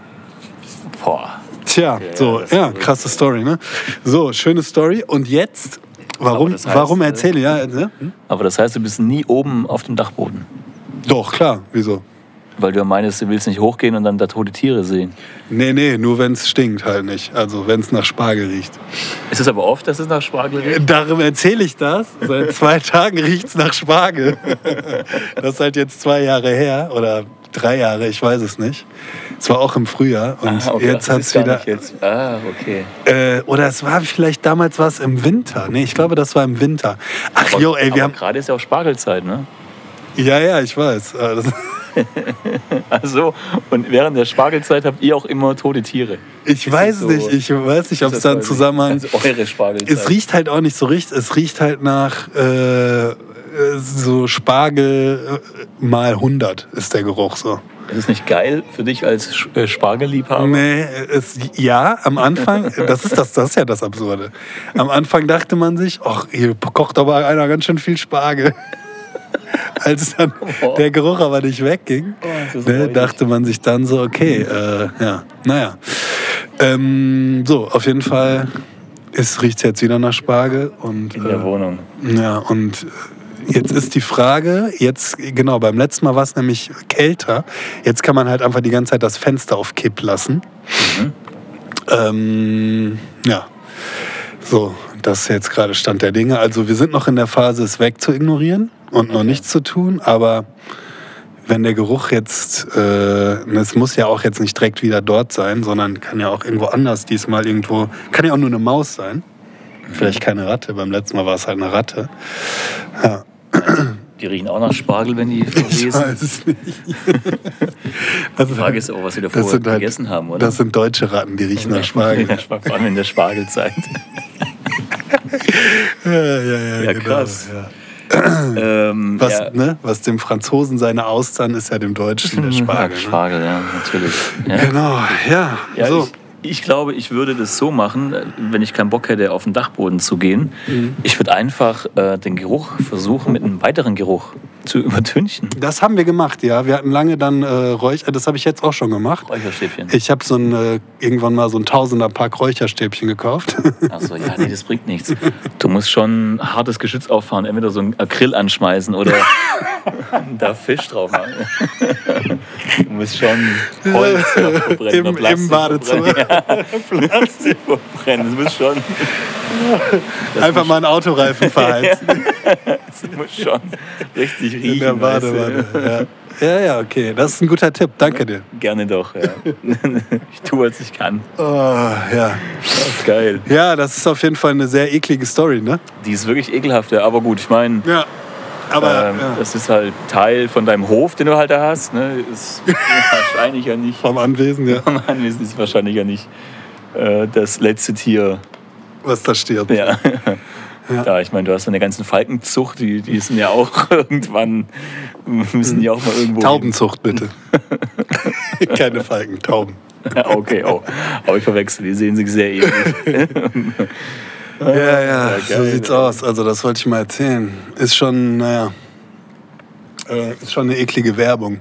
Speaker 2: Boah.
Speaker 3: Tja,
Speaker 2: Ja,
Speaker 3: so,
Speaker 2: das-
Speaker 3: ja, krasse Story, ne? So, schöne Story. Und jetzt, warum,
Speaker 2: Aber das heißt,
Speaker 3: warum
Speaker 2: äh,
Speaker 3: erzähle ich? Ja, ne? Hm?
Speaker 2: Aber das heißt, du bist nie oben auf dem Dachboden.
Speaker 3: Doch, klar, wieso?
Speaker 2: Weil du ja meinst, du willst nicht hochgehen und dann da tote Tiere sehen.
Speaker 3: Nee, nee, nur wenn es stinkt halt nicht. Also wenn es nach Spargel riecht.
Speaker 2: Ist es aber oft, dass es nach Spargel riecht?
Speaker 3: Darum erzähle ich das. Seit zwei Tagen riecht es nach Spargel. Das ist halt jetzt zwei Jahre her oder drei Jahre, ich weiß es nicht. Es war auch im Frühjahr und
Speaker 2: Ah, okay,
Speaker 3: jetzt
Speaker 2: das
Speaker 3: hat
Speaker 2: ist
Speaker 3: es
Speaker 2: gar
Speaker 3: wieder.
Speaker 2: nicht Jetzt. Ah, okay.
Speaker 3: Äh, oder es war vielleicht damals was im Winter. Nee, ich glaube, das war im Winter. Ach jo, ey, wir
Speaker 2: aber
Speaker 3: haben.
Speaker 2: gerade ist ja auch Spargelzeit, ne?
Speaker 3: Ja, ja, ich weiß. Äh, das-
Speaker 2: Also, und während der Spargelzeit habt ihr auch immer tote Tiere.
Speaker 3: Ich
Speaker 2: Ist
Speaker 3: weiß
Speaker 2: das so-
Speaker 3: nicht, ich weiß nicht, ob es da einen Zusammenhang.
Speaker 2: Also eure Spargelzeit.
Speaker 3: Es riecht halt auch nicht so richtig. Es riecht halt nach äh, äh, so Spargel äh, mal 100 ist der Geruch so.
Speaker 2: Ist es nicht geil für dich als Sch- äh, Spargelliebhaber?
Speaker 3: Nee, es, ja, am Anfang, das ist, das, das ist ja das Absurde. Am Anfang dachte man sich, ach, hier kocht aber einer ganz schön viel Spargel. Als dann der Geruch aber nicht wegging,
Speaker 2: Oh, das ist Mhm.
Speaker 3: ne,
Speaker 2: freudig.
Speaker 3: dachte man sich dann so, okay, äh, ja, naja. Ähm, so, auf jeden Fall, es riecht jetzt wieder nach Spargel. Und,
Speaker 2: In der
Speaker 3: äh,
Speaker 2: Wohnung.
Speaker 3: Ja, und äh, jetzt ist die Frage, jetzt, genau, beim letzten Mal war es nämlich kälter. Jetzt kann man halt einfach die ganze Zeit das Fenster auf Kipp lassen. Ähm, ja. So, das ist jetzt gerade Stand der Dinge. Also wir sind noch in der Phase, es weg zu ignorieren und noch nichts zu tun, aber wenn der Geruch jetzt, äh, es muss ja auch jetzt nicht direkt wieder dort sein, sondern kann ja auch irgendwo anders diesmal irgendwo, kann ja auch nur eine Maus sein. Vielleicht keine Ratte, beim letzten Mal war es halt eine Ratte.
Speaker 2: Die riechen auch nach Spargel, wenn die
Speaker 3: Ich
Speaker 2: verlesen.
Speaker 3: weiß es nicht. Das,
Speaker 2: Die Frage ist auch, was sie davor
Speaker 3: halt-
Speaker 2: gegessen haben, oder?
Speaker 3: das sind deutsche Ratten, die riechen nach Spargel.
Speaker 2: Ja, Vor allem in der Spargelzeit.
Speaker 3: Ja, ja, ja,
Speaker 2: Ja,
Speaker 3: genau,
Speaker 2: krass.
Speaker 3: ja.
Speaker 2: ähm,
Speaker 3: Was,
Speaker 2: ja.
Speaker 3: ne, was dem Franzosen seine Austern ist ja dem Deutschen der
Speaker 2: Ja,
Speaker 3: Spargel. Ne?
Speaker 2: Mhm. Spargel, ja, natürlich. Ja.
Speaker 3: Genau, ja.
Speaker 2: Ja,
Speaker 3: so.
Speaker 2: ich, ich glaube, ich würde das so machen, wenn ich keinen Bock hätte, auf den Dachboden zu gehen.
Speaker 3: Mhm.
Speaker 2: Ich würde einfach äh, den Geruch versuchen, mit einem weiteren Geruch zu übertünchen.
Speaker 3: Das haben wir gemacht, ja. Wir hatten lange dann äh, Räucher, das habe ich jetzt auch schon gemacht.
Speaker 2: Räucherstäbchen.
Speaker 3: Ich habe so ein, äh, irgendwann mal so ein Tausender-Pack Räucherstäbchen gekauft.
Speaker 2: Achso, ja, nee, das bringt nichts. Du musst schon ein hartes Geschütz auffahren, entweder so ein Acryl anschmeißen oder da Fisch drauf machen. Du musst schon Holz verbrennen.
Speaker 3: Äh, Im-
Speaker 2: oder
Speaker 3: im
Speaker 2: Plastik
Speaker 3: Badezimmer.
Speaker 2: verbrennen. Ja, Plastik verbrennen, das muss schon. Das
Speaker 3: Einfach mal einen Autoreifen verheizen
Speaker 2: Das muss schon richtig riechen.
Speaker 3: in der
Speaker 2: weißt du.
Speaker 3: Badewanne. Ja. ja, ja, okay. Das ist ein guter Tipp. Danke dir.
Speaker 2: Gerne doch, ja. Ich tue, was ich kann.
Speaker 3: Oh, ja.
Speaker 2: Geil.
Speaker 3: ja, das ist auf jeden Fall eine sehr eklige Story, ne?
Speaker 2: Die ist wirklich ekelhaft, ja. Aber gut, ich meine,
Speaker 3: Ja. Aber
Speaker 2: ähm,
Speaker 3: ja.
Speaker 2: das ist halt Teil von deinem Hof, den du halt da hast. Ne? Ist wahrscheinlich ja nicht.
Speaker 3: vom Anwesen, ja.
Speaker 2: Vom Anwesen ist wahrscheinlich ja nicht äh, das letzte Tier.
Speaker 3: Was da stirbt.
Speaker 2: Ja. Da, ich meine, du hast deine ganzen Falkenzucht, die, die sind ja auch irgendwann, müssen die auch mal irgendwo. hin.
Speaker 3: Taubenzucht, bitte. Keine Falken, Tauben.
Speaker 2: Ja, okay, oh. Aber ich verwechsel, die sehen sich sehr ähnlich.
Speaker 3: Ja, ja,
Speaker 2: Ja,
Speaker 3: so
Speaker 2: geil.
Speaker 3: sieht's aus. Also das wollte ich mal erzählen. Ist schon, naja, äh, ist schon eine eklige Werbung.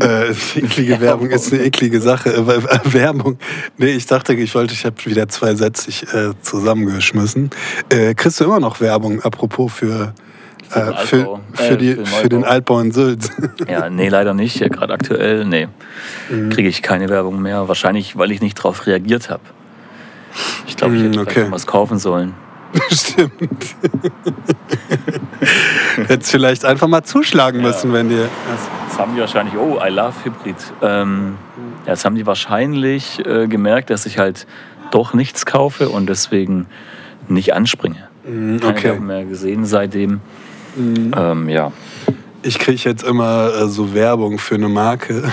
Speaker 3: Äh, eklige Werbung ist eine eklige Sache. Äh, weil- äh, Werbung. Nee, ich dachte, ich wollte, ich habe wieder zwei Sätze äh, zusammengeschmissen. Äh, kriegst du immer noch Werbung, apropos für,
Speaker 2: den
Speaker 3: äh, für,
Speaker 2: Altbau.
Speaker 3: für,
Speaker 2: Äh,
Speaker 3: die,
Speaker 2: für den
Speaker 3: für den
Speaker 2: Neubau.
Speaker 3: Altbau in Sylt?
Speaker 2: Ja, nee, leider nicht. Ja, Gerade aktuell, nee. Kriege ich keine Werbung mehr. Wahrscheinlich, weil ich nicht drauf reagiert habe. Ich glaube, ich
Speaker 3: Mm,
Speaker 2: hätte vielleicht
Speaker 3: okay.
Speaker 2: noch was kaufen sollen.
Speaker 3: Stimmt. Hättest vielleicht einfach mal zuschlagen müssen, wenn dir.
Speaker 2: Jetzt haben die wahrscheinlich, oh, I love Hybrid. Ähm, ja, jetzt haben die wahrscheinlich äh, gemerkt, dass ich halt doch nichts kaufe und deswegen nicht anspringe.
Speaker 3: Mm,
Speaker 2: Keine
Speaker 3: Okay. Mhm.
Speaker 2: Werbung mehr gesehen seitdem. Ähm, ja.
Speaker 3: Ich kriege jetzt immer äh, so Werbung für eine Marke,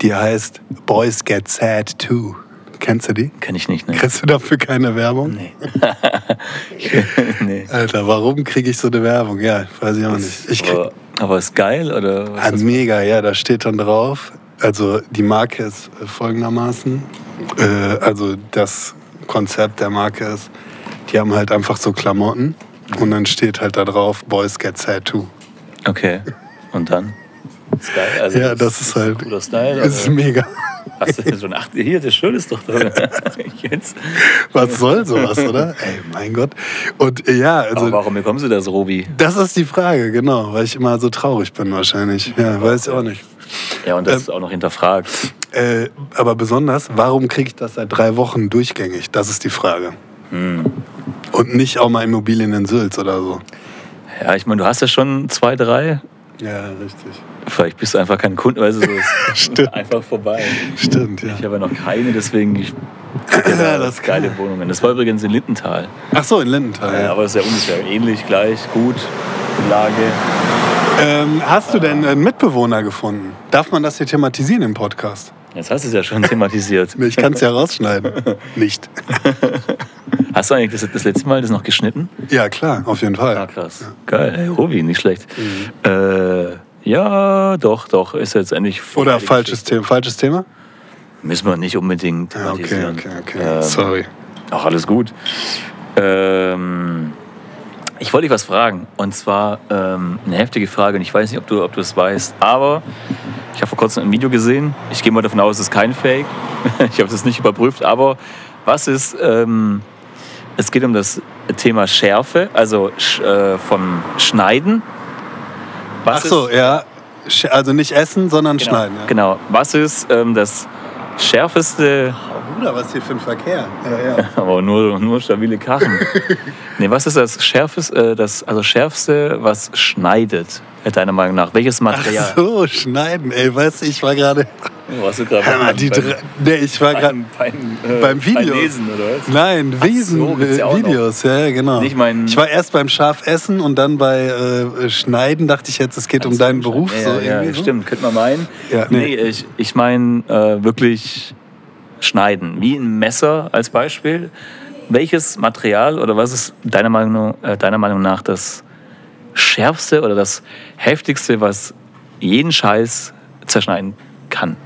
Speaker 3: die heißt Boys Get Sad Too. Kennst du die?
Speaker 2: Kenne ich nicht, ne?
Speaker 3: Kriegst du dafür keine Werbung?
Speaker 2: Nee. nee.
Speaker 3: Alter, warum kriege ich so eine Werbung? Ja, weiß ich auch nicht. Ich krieg,
Speaker 2: aber, aber ist geil oder was
Speaker 3: ah, mega, ja, da steht dann drauf. Also die Marke ist äh, folgendermaßen. Äh, also das Konzept der Marke ist, die haben halt einfach so Klamotten und dann steht halt da drauf Boys Get Sad Too.
Speaker 2: ist- Okay. Und dann? Ist geil. Also
Speaker 3: Ja, das ist halt.
Speaker 2: Cooler Style.
Speaker 3: Das ist
Speaker 2: Also,
Speaker 3: mega.
Speaker 2: hast du hier so ein Acht? Hier, das Schöne ist doch da. Jetzt.
Speaker 3: Was soll sowas, oder? Ey, mein Gott. Und äh, ja,
Speaker 2: Aber
Speaker 3: also
Speaker 2: warum bekommst du das, Robi?
Speaker 3: das ist die Frage, genau, weil ich immer so traurig bin wahrscheinlich. Ja, weiß ich auch nicht.
Speaker 2: Ja,
Speaker 3: Ähm,
Speaker 2: und das ist auch noch hinterfragt.
Speaker 3: Äh, aber besonders, warum kriege ich das seit drei Wochen durchgängig? Das ist die Frage.
Speaker 2: Hm.
Speaker 3: Und nicht auch mal Immobilien in Sülz oder so.
Speaker 2: Ja, ich meine, du hast ja schon zwei, drei.
Speaker 3: Ja, richtig.
Speaker 2: Vielleicht bist du einfach kein Kunde, weißt du, so ist
Speaker 3: Stimmt.
Speaker 2: einfach vorbei.
Speaker 3: Stimmt, ja.
Speaker 2: Ich habe ja noch keine, deswegen ich
Speaker 3: Ja, das
Speaker 2: das geile Wohnungen. Das war übrigens in Lindenthal.
Speaker 3: Ach so, in Lindenthal.
Speaker 2: Ja,
Speaker 3: Ja.
Speaker 2: aber das ist ja ungefähr ähnlich, gleich, gut, Lage.
Speaker 3: Ähm, hast du denn einen Mitbewohner gefunden? Darf man das hier thematisieren im Podcast?
Speaker 2: Jetzt hast du es ja schon thematisiert.
Speaker 3: Ich kann es ja rausschneiden. Nicht.
Speaker 2: Hast du eigentlich das, das letzte Mal das noch geschnitten?
Speaker 3: Ja, Mhm. klar, auf jeden Fall.
Speaker 2: Ah, krass. Geil. Hey, Robi, nicht schlecht. Äh, Ja, doch, doch, ist jetzt endlich vorbei,
Speaker 3: Oder
Speaker 2: die
Speaker 3: falsches Thema. Falsches Thema?
Speaker 2: Geschichte. Müssen wir nicht unbedingt
Speaker 3: Ja, Ah, okay,
Speaker 2: thematisieren.
Speaker 3: okay, okay.
Speaker 2: Ähm,
Speaker 3: Sorry.
Speaker 2: Ach, alles gut. Ähm, ich wollte dich was fragen. Und zwar ähm, eine heftige Frage. Und ich weiß nicht, ob du, ob du es weißt. Aber ich habe vor kurzem ein Video gesehen. Ich gehe mal davon aus, es ist kein Fake. ich habe das nicht überprüft. Aber was ist. Ähm, es geht um das Thema Schärfe, also sch, äh, von Schneiden.
Speaker 3: Ach so, ja. Sch- Also nicht essen, sondern
Speaker 2: genau,
Speaker 3: schneiden. Ja.
Speaker 2: Genau. Was ist ähm, das schärfeste
Speaker 3: Bruder, was hier für ein Verkehr. Ja, ja.
Speaker 2: Aber nur, nur stabile Karren. nee, was ist das Schärfeste, äh, das, also Schärfste, was schneidet, äh, deiner Meinung nach? Welches
Speaker 3: Ach
Speaker 2: Material?
Speaker 3: so, schneiden. Ey, weißt du, ich war gerade.
Speaker 2: Warst du gerade
Speaker 3: Hör mal,
Speaker 2: beim-
Speaker 3: die
Speaker 2: beim-
Speaker 3: drei- Nee, ich war gerade.
Speaker 2: beim, beim, äh,
Speaker 3: beim Video.
Speaker 2: Beim Lesen, oder was?
Speaker 3: Nein, Wesen,
Speaker 2: so, gibt's ja auch
Speaker 3: äh, Videos, ja, ja, genau.
Speaker 2: Nicht mein-
Speaker 3: ich war erst beim Schafessen und dann bei äh, Schneiden dachte ich jetzt, es geht um deinen Beruf.
Speaker 2: Ja,
Speaker 3: so
Speaker 2: ja, ja,
Speaker 3: irgendwie so.
Speaker 2: stimmt, könnte man meinen.
Speaker 3: Ja,
Speaker 2: nee.
Speaker 3: nee.
Speaker 2: ich, ich meine äh, wirklich schneiden, wie ein Messer als Beispiel. Welches Material oder was ist deiner Meinung, äh, deiner Meinung nach das schärfste oder das heftigste, was jeden Scheiß zerschneiden kann?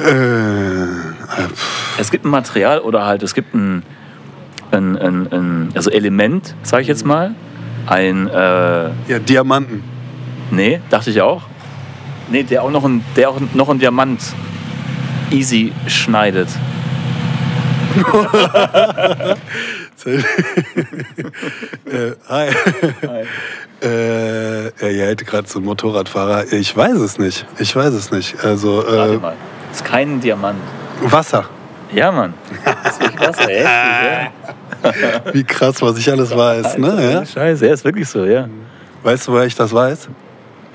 Speaker 3: Äh, äh,
Speaker 2: Es gibt ein Material oder halt es gibt ein, ein, ein, ein also Element, sage ich jetzt mal. Ein, äh,
Speaker 3: ja, Diamanten.
Speaker 2: Nee, dachte ich auch. Nee, der auch noch ein, der auch noch ein Diamant easy schneidet.
Speaker 3: Äh, hi. Äh, ja, ihr hält gerade so einen Motorradfahrer. Ich weiß es nicht. Ich weiß es nicht. Also
Speaker 2: Warte
Speaker 3: äh,
Speaker 2: mal. Ist kein Diamant.
Speaker 3: Wasser.
Speaker 2: Ja, Mann. Ist wirklich krass, ey. Heftig,
Speaker 3: Wie krass, was ich alles
Speaker 2: ja.
Speaker 3: weiß. Ne? Ja?
Speaker 2: Scheiße, ja, ist wirklich so, ja.
Speaker 3: Weißt du, woher ich das weiß?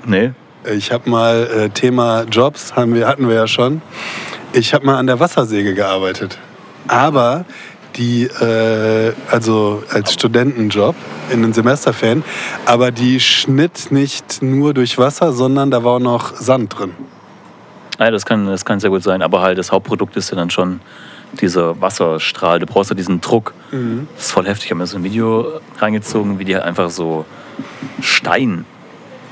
Speaker 2: Nee.
Speaker 3: Ich habe mal äh, Thema Jobs, haben wir, hatten wir ja schon. Ich habe mal an der Wassersäge gearbeitet. Aber die, äh, also als Studentenjob in den Semesterferien, aber die schnitt nicht nur durch Wasser, sondern da war auch noch Sand drin.
Speaker 2: Ah, das, kann, das kann sehr gut sein, aber halt das Hauptprodukt ist ja dann schon dieser Wasserstrahl. Du brauchst ja diesen Druck. Das ist voll heftig. Ich habe mir so ein Video reingezogen, wie die halt einfach so Stein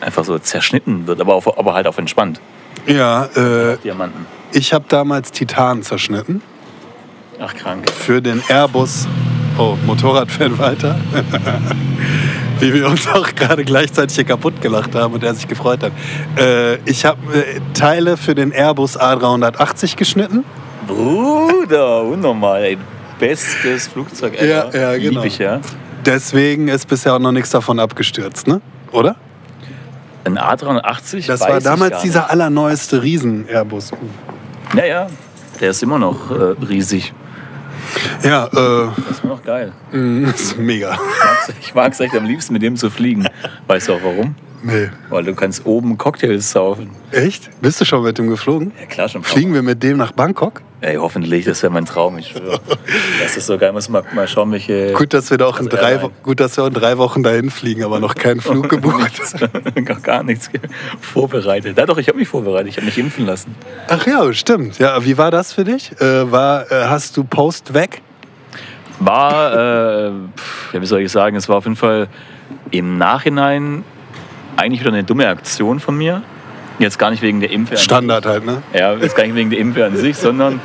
Speaker 2: einfach so zerschnitten wird, aber, auf, aber halt auf entspannt.
Speaker 3: Ja, äh,
Speaker 2: Diamanten.
Speaker 3: ich habe damals Titan zerschnitten
Speaker 2: Ach, krank.
Speaker 3: für den Airbus. Oh, Motorradfan weiter. Wie wir uns auch gerade gleichzeitig hier kaputt gelacht haben und er sich gefreut hat. Äh, ich habe äh, Teile für den Airbus A380 geschnitten.
Speaker 2: Bruder, unnormal, ey. Bestes Flugzeug ever.
Speaker 3: Ja, ja, genau.
Speaker 2: Lieb ich, ja.
Speaker 3: Deswegen ist bisher auch noch nichts davon abgestürzt, ne? Oder?
Speaker 2: Ein A380?
Speaker 3: Das
Speaker 2: weiß
Speaker 3: war
Speaker 2: ich gar
Speaker 3: damals
Speaker 2: nicht.
Speaker 3: dieser allerneueste Riesen-Airbus.
Speaker 2: Ja, ja. Der ist immer noch äh, riesig.
Speaker 3: Ja, äh,
Speaker 2: Das ist immer noch geil.
Speaker 3: mh, ist mega.
Speaker 2: Ich mag es echt am liebsten, mit dem zu fliegen. Weißt du auch warum?
Speaker 3: Nee.
Speaker 2: Weil du kannst oben Cocktails saufen.
Speaker 3: Echt? Bist du schon mit dem geflogen?
Speaker 2: Ja klar, schon.
Speaker 3: Fliegen wir mit dem nach Bangkok?
Speaker 2: Ey, hoffentlich, das wäre mein Traum. Ich schwöre. Das ist so geil. Muss mal, mal schauen, welche...
Speaker 3: Gut, dass wir da auch in
Speaker 2: Also
Speaker 3: drei, Wo-
Speaker 2: Airline.
Speaker 3: gut, dass wir auch in drei Wochen dahin fliegen, aber noch keinen Flug gebucht.
Speaker 2: gar, gar nichts ge- vorbereitet. Ja doch, ich habe mich vorbereitet. Ich habe mich impfen lassen.
Speaker 3: Ach ja, stimmt. Ja, wie war das für dich? Äh, war, äh, hast du Post weg?
Speaker 2: War, äh, pf, ja, wie soll ich sagen, es war auf jeden Fall im Nachhinein eigentlich wieder eine dumme Aktion von mir. Jetzt gar nicht wegen der Impfe. an-
Speaker 3: Standard halt, ne?
Speaker 2: Ja, jetzt gar nicht wegen der Impfe an sich, sondern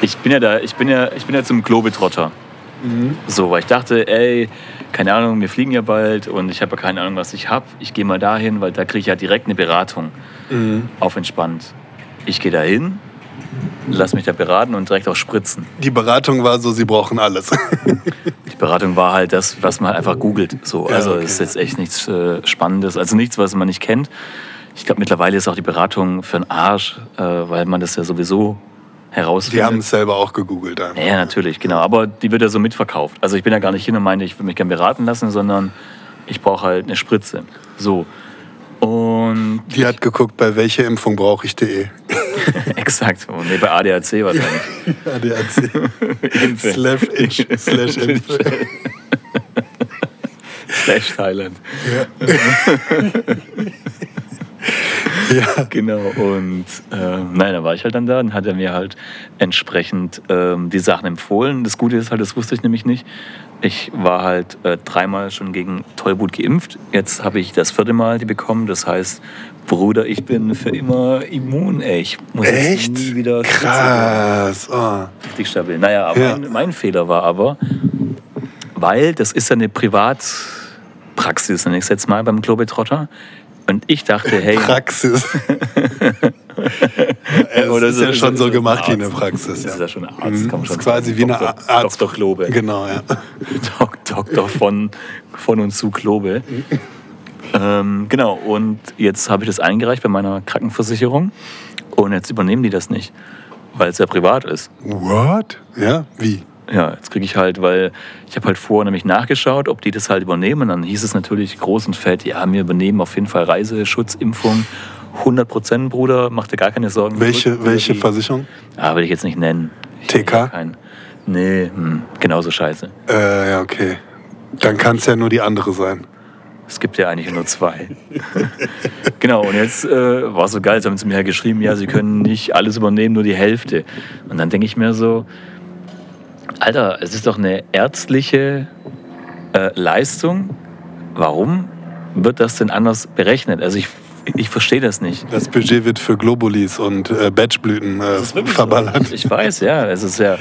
Speaker 2: ich bin ja da, ich bin ja, ich bin ja zum Globetrotter. So, weil ich dachte, ey, keine Ahnung, wir fliegen ja bald und ich habe ja keine Ahnung, was ich habe. Ich gehe mal dahin, weil da kriege ich ja direkt eine Beratung auf entspannt. Ich gehe dahin, lass mich da beraten und direkt auch spritzen.
Speaker 3: Die Beratung war so, sie brauchen alles.
Speaker 2: Die Beratung war halt das, was man einfach googelt. So,
Speaker 3: Ja,
Speaker 2: also
Speaker 3: okay.
Speaker 2: ist jetzt echt nichts äh, Spannendes, also nichts, was man nicht kennt. Ich glaube, mittlerweile ist auch die Beratung für einen Arsch, äh, weil man das ja sowieso
Speaker 3: Die haben
Speaker 2: herausfindet.
Speaker 3: es selber auch gegoogelt.
Speaker 2: Ja,
Speaker 3: Einfach.
Speaker 2: ja, natürlich, genau. Aber die wird ja so mitverkauft. Also ich bin ja gar nicht hin und meinte, ich würde mich gerne beraten lassen, sondern ich brauche halt eine Spritze. So. Und
Speaker 3: Die hat geguckt, bei welcher Impfung brauche ich E? .de.
Speaker 2: exakt. Und nee, bei ADAC wahrscheinlich.
Speaker 3: ADAC.
Speaker 2: Impfe.
Speaker 3: slash Inch, slash Impf.
Speaker 2: Slash Thailand.
Speaker 3: Ja.
Speaker 2: Genau, und äh, nein, da war ich halt dann da und hat er mir halt entsprechend ähm, die Sachen empfohlen. Das Gute ist halt, das wusste ich nämlich nicht. Ich war halt äh, dreimal schon gegen Tollwut geimpft. Jetzt habe ich das vierte Mal die bekommen. Das heißt, Bruder, ich bin für immer immun. Ey, ich muss
Speaker 3: Echt?
Speaker 2: jetzt nie wieder Spritze geben.
Speaker 3: Krass. Oh.
Speaker 2: richtig stabil. Naja, aber
Speaker 3: Ja.
Speaker 2: mein, mein Fehler war aber, weil das ist ja eine Privatpraxis, nenne ich es jetzt mal beim Globetrotter. Und ich dachte, hey,
Speaker 3: Praxis. Es
Speaker 2: Oder
Speaker 3: ist
Speaker 2: so-
Speaker 3: ja schon so gemacht wie
Speaker 2: Arzt.
Speaker 3: eine Praxis.
Speaker 2: Das
Speaker 3: Ja.
Speaker 2: ist ja schon ein Arzt, kann man
Speaker 3: Das
Speaker 2: schon
Speaker 3: ist quasi
Speaker 2: sagen.
Speaker 3: wie eine
Speaker 2: Doktor-
Speaker 3: Arzt.
Speaker 2: Dr. Globe.
Speaker 3: Genau, ja.
Speaker 2: Dok- Doktor von, von und zu Klobe. ähm, genau, und jetzt habe ich das eingereicht bei meiner Krankenversicherung und jetzt übernehmen die das nicht, weil es ja privat ist.
Speaker 3: What? Ja, wie?
Speaker 2: Ja, jetzt kriege ich halt, weil ich habe halt vorher nämlich nachgeschaut, ob die das halt übernehmen. Und dann hieß es natürlich groß und fett, ja, wir übernehmen auf jeden Fall Reiseschutz, Impfung. 100 Prozent, Bruder, mach dir gar keine Sorgen.
Speaker 3: Welche,
Speaker 2: Drück-
Speaker 3: welche
Speaker 2: die-
Speaker 3: Versicherung?
Speaker 2: Ah, will ich jetzt nicht nennen. Ich
Speaker 3: TK?
Speaker 2: will Kein, nee, hm, genauso scheiße.
Speaker 3: Äh, ja, okay. Dann kann es ja nur die andere sein.
Speaker 2: Es gibt ja eigentlich nur zwei. genau, und jetzt äh, war es so geil, sie haben zu mir halt geschrieben, ja, sie können nicht alles übernehmen, nur die Hälfte. Und dann denke ich mir so, Alter, es ist doch eine ärztliche äh, Leistung. Warum wird das denn anders berechnet? Also ich, ich verstehe das nicht.
Speaker 3: Das Budget wird für Globulis und äh, Batchblüten äh, verballert.
Speaker 2: so. Ich weiß, ja. Es ist ja,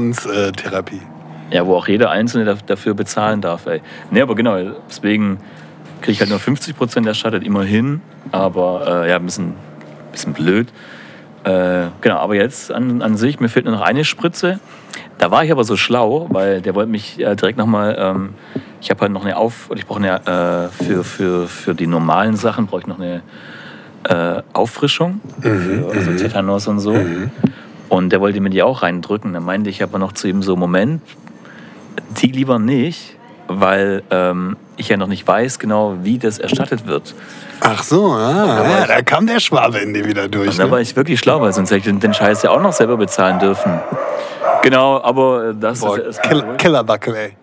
Speaker 3: Bioresonanztherapie.
Speaker 2: ja, wo auch jeder Einzelne da- dafür bezahlen darf. Ey. Nee, aber genau, deswegen kriege ich halt nur 50 Prozent erstattet, immerhin. Aber äh, ja, ein bisschen, bisschen blöd. Äh, genau, aber jetzt an, an sich, mir fehlt nur noch eine Spritze. Da war ich aber so schlau, weil der wollte mich äh, direkt nochmal, ähm, ich habe halt noch eine Auf, ich brauche eine, äh, für, für, für die normalen Sachen brauche ich noch eine äh, Auffrischung, für, also Tetanus und so. Und der wollte mir die auch reindrücken. Dann meinte ich aber noch zu ihm so, Moment, die lieber nicht, weil ähm, ich ja noch nicht weiß genau, wie das erstattet wird.
Speaker 3: Ach so, ah,
Speaker 2: war
Speaker 3: ja,
Speaker 2: ich-
Speaker 3: da kam der Schwabe in dir wieder durch.
Speaker 2: Und da war
Speaker 3: Ne?
Speaker 2: ich wirklich schlau, weil sonst hätte ich den Scheiß ja auch noch selber bezahlen dürfen. Genau, aber das ist äh,
Speaker 3: Boah,
Speaker 2: ja erstmal
Speaker 3: Kill,
Speaker 2: durch.
Speaker 3: Killerbackel, ey.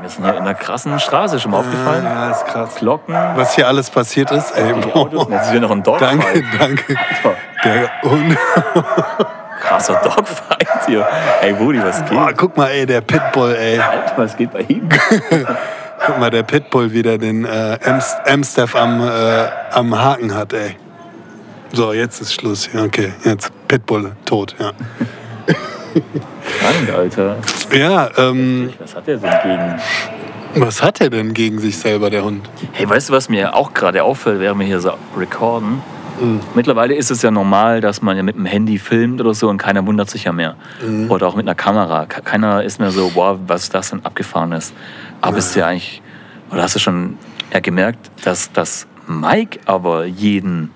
Speaker 2: Wir sind hier in einer krassen Straße schon mal aufgefallen.
Speaker 3: Ja, ist krass.
Speaker 2: Glocken,
Speaker 3: Was hier alles passiert ist, ey,
Speaker 2: die
Speaker 3: boah.
Speaker 2: Autos, und jetzt ist hier noch ein Dogfight.
Speaker 3: Danke, danke.
Speaker 2: Boah,
Speaker 3: Der, und,
Speaker 2: Krasser Dogfight hier. Ey, Brudi, was geht?
Speaker 3: boah, guck mal, ey, der Pitbull, ey.
Speaker 2: Alter, was geht bei ihm?
Speaker 3: Guck mal, der Pitbull wieder den äh, Amst- Amstaff am, äh, am Haken hat, ey. So, jetzt ist Schluss. Ja, okay, jetzt Pitbull tot, ja.
Speaker 2: Krank, Alter.
Speaker 3: Ja, ähm,
Speaker 2: Was hat der denn gegen?
Speaker 3: was hat er denn gegen sich selber, der Hund?
Speaker 2: Hey, weißt du, was mir auch gerade auffällt, während wir hier so recorden?
Speaker 3: Mhm.
Speaker 2: Mittlerweile ist es ja normal, dass man ja mit dem Handy filmt oder so und keiner wundert sich ja mehr.
Speaker 3: Mhm.
Speaker 2: Oder auch mit einer Kamera. Ke- Keiner ist mehr so, wow, was ist das denn abgefahrenes? Aber ist ja eigentlich, oder hast du schon ja, gemerkt, dass das Mike aber jeden,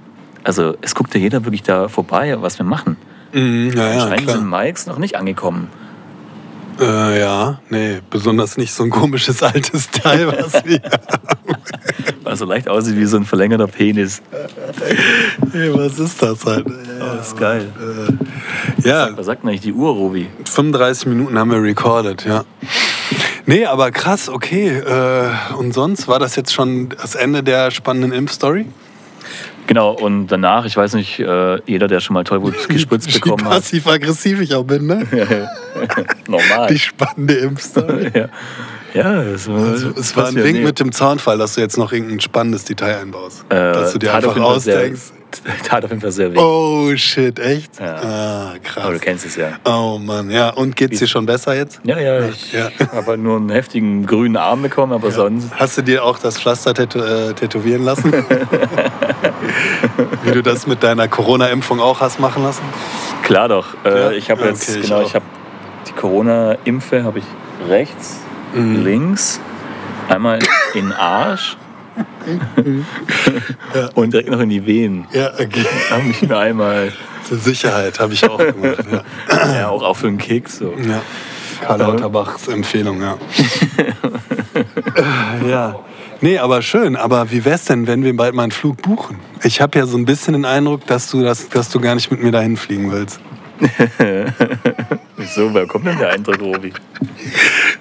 Speaker 2: also es guckt ja jeder wirklich da vorbei, was wir machen.
Speaker 3: Mhm, ja, ja,
Speaker 2: Anscheinend sind
Speaker 3: klar.
Speaker 2: Mikes noch nicht angekommen.
Speaker 3: Äh, ja, nee, besonders nicht so ein komisches altes Teil, was wir,
Speaker 2: Weil es so leicht aussieht wie so ein verlängerter Penis.
Speaker 3: Ey, was ist das halt? Ja,
Speaker 2: Das ist geil.
Speaker 3: ja,
Speaker 2: Was sagt denn eigentlich die Uhr, Robi?
Speaker 3: 35 Minuten haben wir recorded, ja. Nee, aber krass, okay. Äh, und sonst war das jetzt schon das Ende der spannenden Impfstory?
Speaker 2: Genau, und danach, ich weiß nicht, äh, jeder, der schon mal Tollwut gespritzt
Speaker 3: Wie
Speaker 2: bekommen hat,
Speaker 3: passiv-aggressiv ich auch bin, ne?
Speaker 2: normal.
Speaker 3: Die spannende Impfstory.
Speaker 2: Ja, ja es, war-
Speaker 3: Also, es war ein
Speaker 2: passiert,
Speaker 3: Wink
Speaker 2: nee.
Speaker 3: mit dem Zaunfall, dass du jetzt noch irgendein spannendes Detail einbaust.
Speaker 2: Äh,
Speaker 3: dass du dir
Speaker 2: tat auf
Speaker 3: einfach
Speaker 2: jeden Fall
Speaker 3: ausdenkst.
Speaker 2: Sehr, tat auf jeden Fall sehr weh.
Speaker 3: Oh shit, echt?
Speaker 2: Ja.
Speaker 3: Ah, krass.
Speaker 2: Aber du kennst es ja.
Speaker 3: Oh Mann, ja. Und geht's dir schon besser jetzt?
Speaker 2: Ja, ja, ich
Speaker 3: Ja.
Speaker 2: habe halt nur einen heftigen grünen Arm bekommen, aber sonst.
Speaker 3: Hast du dir auch das Pflaster tätow äh, tätowieren lassen? Wie du das mit deiner Corona-Impfung auch hast machen lassen?
Speaker 2: Klar doch. Äh,
Speaker 3: Ja?
Speaker 2: Ich habe
Speaker 3: Ja,
Speaker 2: jetzt,
Speaker 3: okay, ich
Speaker 2: genau, ich,
Speaker 3: auch.
Speaker 2: habe die Corona-Impfe habe ich rechts,
Speaker 3: Mhm.
Speaker 2: links, einmal in den Arsch und direkt noch in die Venen.
Speaker 3: Ja, okay.
Speaker 2: Habe ich mir einmal
Speaker 3: Zur Sicherheit habe ich auch gemacht. Ja.
Speaker 2: ja, auch, auch für einen Keks so.
Speaker 3: ja. Karl Lauterbachs Empfehlung, ja. Äh, ja. Nee, aber schön. Aber wie wär's denn, wenn wir bald mal einen Flug buchen? Ich habe ja so ein bisschen den Eindruck, dass du, das, dass du gar nicht mit mir dahin fliegen willst.
Speaker 2: Wieso? Wer kommt denn der Eindruck, Robi?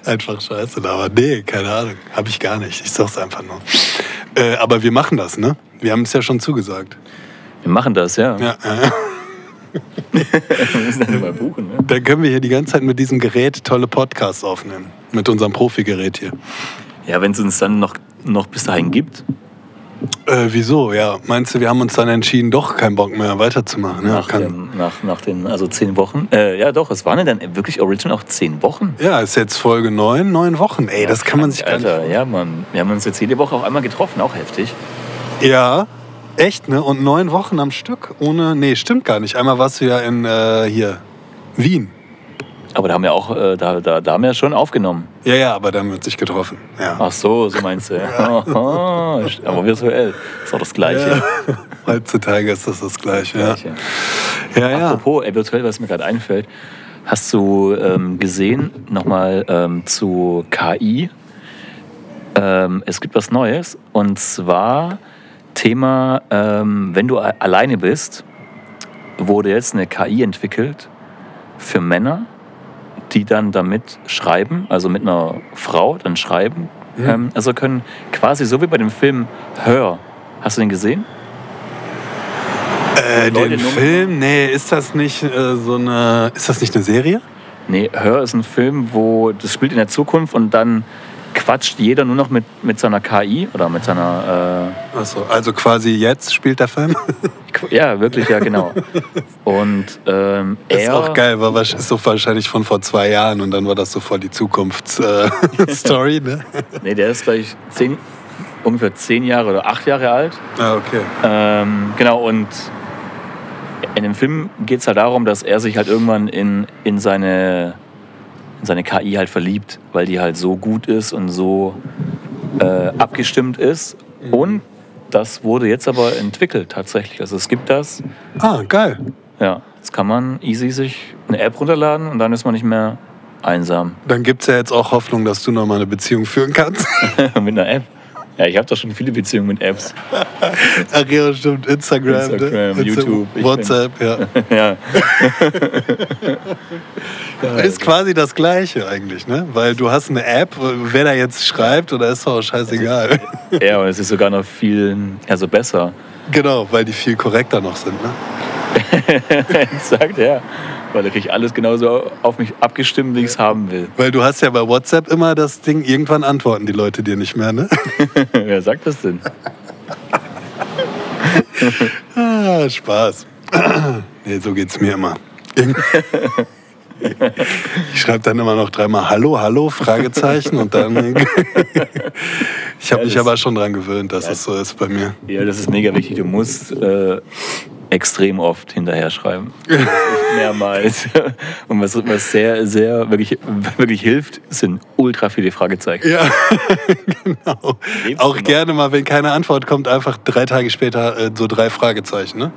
Speaker 3: Einfach scheiße, aber nee, keine Ahnung. Habe ich gar nicht. Ich sag's einfach nur. Äh, aber wir machen das, ne? Wir haben es ja schon zugesagt.
Speaker 2: Wir machen das, ja.
Speaker 3: Ja, ja.
Speaker 2: Wir müssen dann mal buchen. Ne?
Speaker 3: Dann können wir hier die ganze Zeit mit diesem Gerät tolle Podcasts aufnehmen. Mit unserem Profi-Gerät hier.
Speaker 2: Ja, wenn es uns dann noch, noch bis dahin gibt.
Speaker 3: Äh, wieso? Ja, meinst du, wir haben uns dann entschieden, doch keinen Bock mehr weiterzumachen? Ja,
Speaker 2: nach,
Speaker 3: kann,
Speaker 2: dem, nach, nach den, also zehn Wochen. Äh, ja, doch, es waren ja dann wirklich original auch zehn Wochen.
Speaker 3: ja ist jetzt Folge 9, neun Wochen. Ey, das kann man sich gar nicht.
Speaker 2: Alter, ja, Mann. Wir haben uns jetzt jede Woche auch einmal getroffen, auch heftig.
Speaker 3: Ja, echt, ne? Und neun Wochen am Stück ohne. Nee, stimmt gar nicht. Einmal warst du ja in äh, hier, Wien.
Speaker 2: Aber da haben wir auch, äh, da, da, da haben wir schon aufgenommen.
Speaker 3: Ja, ja, aber dann wird sich getroffen. Ja.
Speaker 2: Ach so, so meinst du. Aha, aber virtuell. Ist auch das Gleiche.
Speaker 3: Heutzutage ist das das Gleiche. Ja,
Speaker 2: Gleiche.
Speaker 3: ja. ja.
Speaker 2: Apropos, äh, virtuell, was mir gerade einfällt, hast du ähm, gesehen, nochmal ähm, zu KI, ähm, es gibt was Neues und zwar Thema, ähm, wenn du a- alleine bist, wurde jetzt eine KI entwickelt für Männer, die dann damit schreiben, also mit einer Frau dann schreiben. Ähm, also können quasi so wie bei dem Film Hör. Hast du den gesehen?
Speaker 3: Äh,
Speaker 2: Leute,
Speaker 3: den
Speaker 2: nur-
Speaker 3: Film? Nee, ist das nicht äh, so eine. Ist das nicht eine Serie?
Speaker 2: Nee, Hör ist ein Film, wo das spielt in der Zukunft und dann quatscht jeder nur noch mit, mit seiner KI oder mit seiner.
Speaker 3: Achso, also quasi jetzt spielt der Film.
Speaker 2: Äh, Qu- ja, wirklich, ja, genau. Und ähm, er.
Speaker 3: Ist auch geil, war wahrsch- ist so wahrscheinlich von vor zwei Jahren und dann war das so voll die Zukunftsstory, äh, Story, ne?
Speaker 2: Nee, der ist gleich zehn, ungefähr zehn Jahre oder acht Jahre alt.
Speaker 3: Ah, okay.
Speaker 2: Ähm, genau, und in dem Film geht es halt darum, dass er sich halt irgendwann in, in, seine, in seine KI halt verliebt, weil die halt so gut ist und so äh, abgestimmt ist. Und das wurde jetzt aber entwickelt tatsächlich. Also es gibt das,
Speaker 3: Ah, geil.
Speaker 2: ja, jetzt kann man easy sich eine App runterladen und dann ist man nicht mehr einsam
Speaker 3: Dann gibt es ja jetzt auch Hoffnung, dass du nochmal eine Beziehung führen kannst.
Speaker 2: mit einer App. Ja, ich habe doch schon viele Beziehungen mit Apps.
Speaker 3: Ach ja, stimmt. Instagram, ne?
Speaker 2: Instagram,
Speaker 3: Insta-
Speaker 2: YouTube, ich
Speaker 3: WhatsApp, ja.
Speaker 2: ja.
Speaker 3: Ist quasi das Gleiche eigentlich, ne? Weil du hast eine App, wer da jetzt schreibt, oder ist doch auch scheißegal.
Speaker 2: Also, ja, und es ist sogar noch viel also besser.
Speaker 3: genau, weil die viel korrekter noch sind, ne?
Speaker 2: Sagt er. Weil da kriege ich alles genauso auf mich abgestimmt, wie ich es haben will.
Speaker 3: Weil du hast ja bei WhatsApp immer das Ding, irgendwann antworten die Leute dir nicht mehr, ne?
Speaker 2: Wer sagt das denn?
Speaker 3: Ah, Spaß. nee, so geht's mir immer. ich schreibe dann immer noch dreimal Hallo, Hallo, Fragezeichen und dann. ich habe
Speaker 2: Ja,
Speaker 3: mich
Speaker 2: das-
Speaker 3: aber schon dran gewöhnt, dass es so ist bei mir.
Speaker 2: Ja, das ist mega wichtig. Du musst äh, extrem oft hinterher schreiben. Mehrmals. Und was, was sehr, sehr wirklich, wirklich hilft, sind ultra viele Fragezeichen.
Speaker 3: Ja, genau.
Speaker 2: Lebst du
Speaker 3: Auch
Speaker 2: noch?
Speaker 3: gerne mal, wenn keine Antwort kommt, einfach drei Tage später äh, so drei Fragezeichen, ne?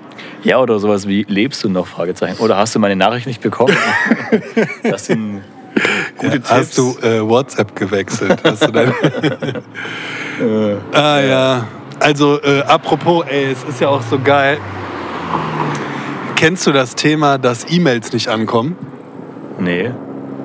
Speaker 2: Ja, oder sowas wie, lebst du noch? Fragezeichen. Oder hast du meine Nachricht nicht bekommen? Das sind gute Tipps.
Speaker 3: Hast du äh, WhatsApp gewechselt? Hast du dein ah ja. Also äh, apropos, ey, es ist ja auch so geil. Kennst du das Thema, dass E-Mails nicht ankommen?
Speaker 2: Nee.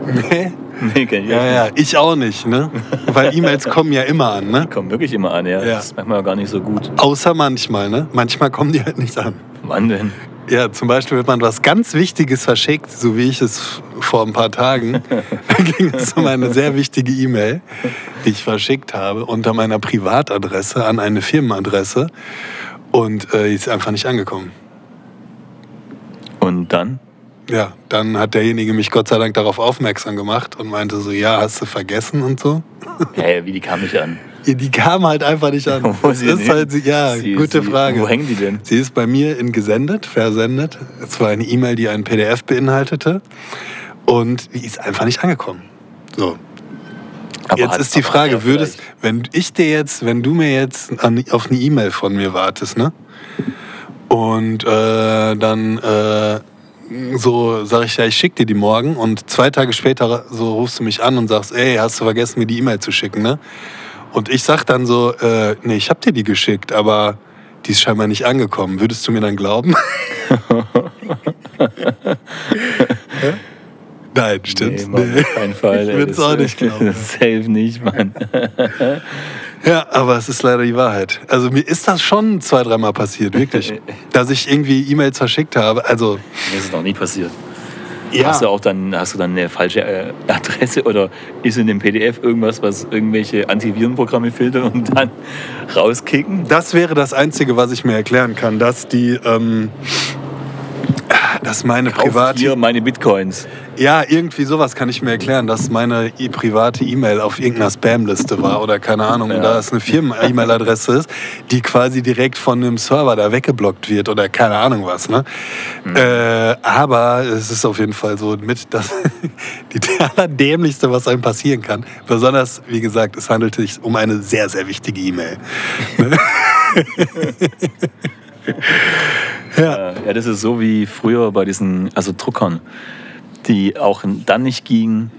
Speaker 3: Nee.
Speaker 2: Nee, kenn ich
Speaker 3: Ja,
Speaker 2: auch nicht.
Speaker 3: ja, ich auch nicht, ne? Weil E-Mails kommen ja immer an, ne?
Speaker 2: Kommen wirklich immer an, ja.
Speaker 3: Ja.
Speaker 2: Das ist manchmal gar nicht so gut.
Speaker 3: Außer manchmal, ne? Manchmal kommen die halt nicht an.
Speaker 2: Wann denn?
Speaker 3: Ja, zum Beispiel, wenn man was ganz Wichtiges verschickt, so wie ich es vor ein paar Tagen, dann ging es um eine sehr wichtige E-Mail, die ich verschickt habe, unter meiner Privatadresse an eine Firmenadresse. Und äh, die ist einfach nicht angekommen.
Speaker 2: Und dann?
Speaker 3: Ja, dann hat derjenige mich Gott sei Dank darauf aufmerksam gemacht und meinte so, ja, hast du vergessen und so.
Speaker 2: Hä, hey, wie die kam nicht an?
Speaker 3: Ja, die kam halt einfach nicht an.
Speaker 2: Wo
Speaker 3: Das
Speaker 2: sie denn
Speaker 3: ist halt,
Speaker 2: hin?
Speaker 3: ja,
Speaker 2: Sie-
Speaker 3: gute
Speaker 2: sie-
Speaker 3: Frage.
Speaker 2: Wo hängen die denn?
Speaker 3: Sie ist bei mir in gesendet, versendet. Es war eine E-Mail, die ein PDF beinhaltete. Und die ist einfach nicht angekommen. So.
Speaker 2: Aber
Speaker 3: jetzt
Speaker 2: hat-
Speaker 3: ist die
Speaker 2: aber hat
Speaker 3: Frage,
Speaker 2: er
Speaker 3: würdest,
Speaker 2: vielleicht-
Speaker 3: wenn ich dir jetzt, wenn du mir jetzt an, auf eine E-Mail von mir wartest, ne? Und äh, dann äh, so sage ich ja, ich schicke dir die morgen und zwei Tage später so rufst du mich an und sagst, ey, hast du vergessen, mir die E-Mail zu schicken, ne? Und ich sag dann so, äh, nee, ich hab dir die geschickt, aber die ist scheinbar nicht angekommen. Würdest du mir dann glauben? Hä? Nein, stimmt.
Speaker 2: Nee, Mann, auf keinen Fall.
Speaker 3: Ich
Speaker 2: ey,
Speaker 3: würd's
Speaker 2: das-
Speaker 3: auch nicht glauben.
Speaker 2: Safe nicht, Mann.
Speaker 3: Ja, aber es ist leider die Wahrheit. Also mir ist das schon zwei, dreimal passiert, wirklich. dass ich irgendwie E-Mails verschickt habe. Also,
Speaker 2: Mir ist es noch nie passiert.
Speaker 3: ja.
Speaker 2: Hast du auch dann, hast du dann eine falsche äh, Adresse oder ist in dem PDF irgendwas, was irgendwelche Antivirenprogramme filtern und dann rauskicken?
Speaker 3: Das wäre das Einzige, was ich mir erklären kann, dass die, ähm, dass meine
Speaker 2: Kauft
Speaker 3: private,
Speaker 2: hier meine Bitcoins.
Speaker 3: ja irgendwie sowas kann ich mir erklären, dass meine i- private E-Mail auf irgendeiner Spam-Liste war oder keine Ahnung,
Speaker 2: Ja.
Speaker 3: und da es eine Firmen-E-Mail-Adresse ist, die quasi direkt von einem Server da weggeblockt wird oder keine Ahnung was. Ne? Äh, aber es ist auf jeden Fall so mit das die allerdämlichste, was einem passieren kann. Besonders, wie gesagt, es handelt sich um eine sehr, sehr wichtige E-Mail.
Speaker 2: Äh, ja, das ist so wie früher bei diesen, also Druckern, die auch dann nicht gingen,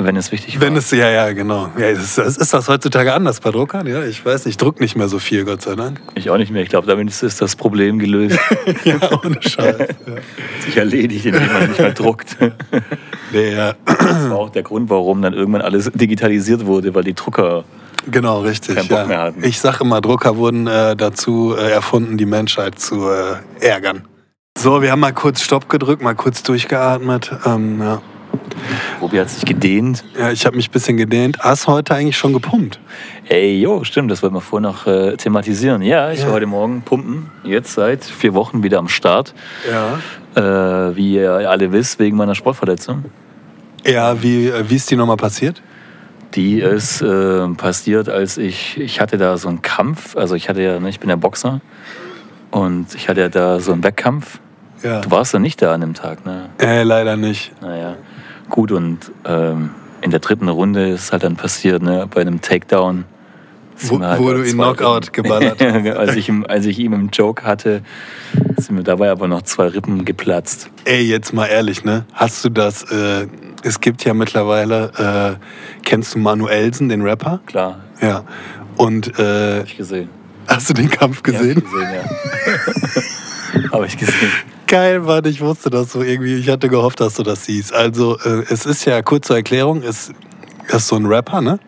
Speaker 2: wenn es wichtig
Speaker 3: Wenn
Speaker 2: war.
Speaker 3: es, ja, ja, genau. Ja, ist, das- ist das heutzutage anders bei Druckern? Ja, ich weiß nicht, druck nicht mehr so viel, Gott sei Dank.
Speaker 2: ich auch nicht mehr. Ich glaube, damit ist- ist das Problem gelöst.
Speaker 3: Ja, ohne Scheiß. Ja.
Speaker 2: Sich erledigt, indem man nicht mehr druckt.
Speaker 3: Nee, ja.
Speaker 2: Das war auch der Grund, warum dann irgendwann alles digitalisiert wurde, weil die Drucker
Speaker 3: Genau, richtig.
Speaker 2: Keinen Bock
Speaker 3: ja.
Speaker 2: mehr hatten.
Speaker 3: Ich sage immer, Drucker wurden äh, dazu äh, erfunden, die Menschheit zu äh, ärgern. So, wir haben mal kurz Stopp gedrückt, mal kurz durchgeatmet. Ähm, ja.
Speaker 2: Robi hat sich gedehnt.
Speaker 3: ja, ich habe mich ein bisschen gedehnt. Hast du heute eigentlich schon gepumpt?
Speaker 2: Ey, jo, stimmt, das wollten wir vorher noch äh, thematisieren. Ja, ich
Speaker 3: Ja.
Speaker 2: war heute Morgen pumpen, jetzt seit vier Wochen wieder am Start.
Speaker 3: Ja.
Speaker 2: Äh, wie ihr alle wisst, wegen meiner Sportverletzung.
Speaker 3: Ja, wie, äh, wie ist die nochmal passiert?
Speaker 2: Die ist äh, passiert, als ich, ich hatte da so einen Kampf, also ich hatte ja, ne, ich bin ja Boxer und ich hatte ja da so einen Wettkampf.
Speaker 3: Ja.
Speaker 2: Du warst ja nicht da an dem Tag, ne?
Speaker 3: Äh, leider nicht.
Speaker 2: Naja, gut und ähm, in der dritten Runde ist halt dann passiert, ne, bei einem Takedown. sind
Speaker 3: Wo-
Speaker 2: wir halt
Speaker 3: wo
Speaker 2: bei
Speaker 3: du ihn
Speaker 2: zwei
Speaker 3: Knockout
Speaker 2: Rippen-
Speaker 3: geballert hast.
Speaker 2: als, ich ihm, als ich ihm im Joke hatte, sind mir dabei aber noch zwei Rippen geplatzt.
Speaker 3: Ey, jetzt mal ehrlich, ne? Hast du das? Äh, es gibt ja mittlerweile, äh, kennst du Manuelsen, den Rapper?
Speaker 2: Klar,
Speaker 3: Ja. Und äh,
Speaker 2: hab ich gesehen.
Speaker 3: hast du den Kampf
Speaker 2: Ja,
Speaker 3: gesehen?
Speaker 2: hab ich gesehen, ja. Habe ich gesehen.
Speaker 3: Geil, Mann, ich wusste das so irgendwie. Ich hatte gehofft, dass du das siehst. Also, äh, es ist ja, kurz zur Erklärung, es ist so ein Rapper, ne?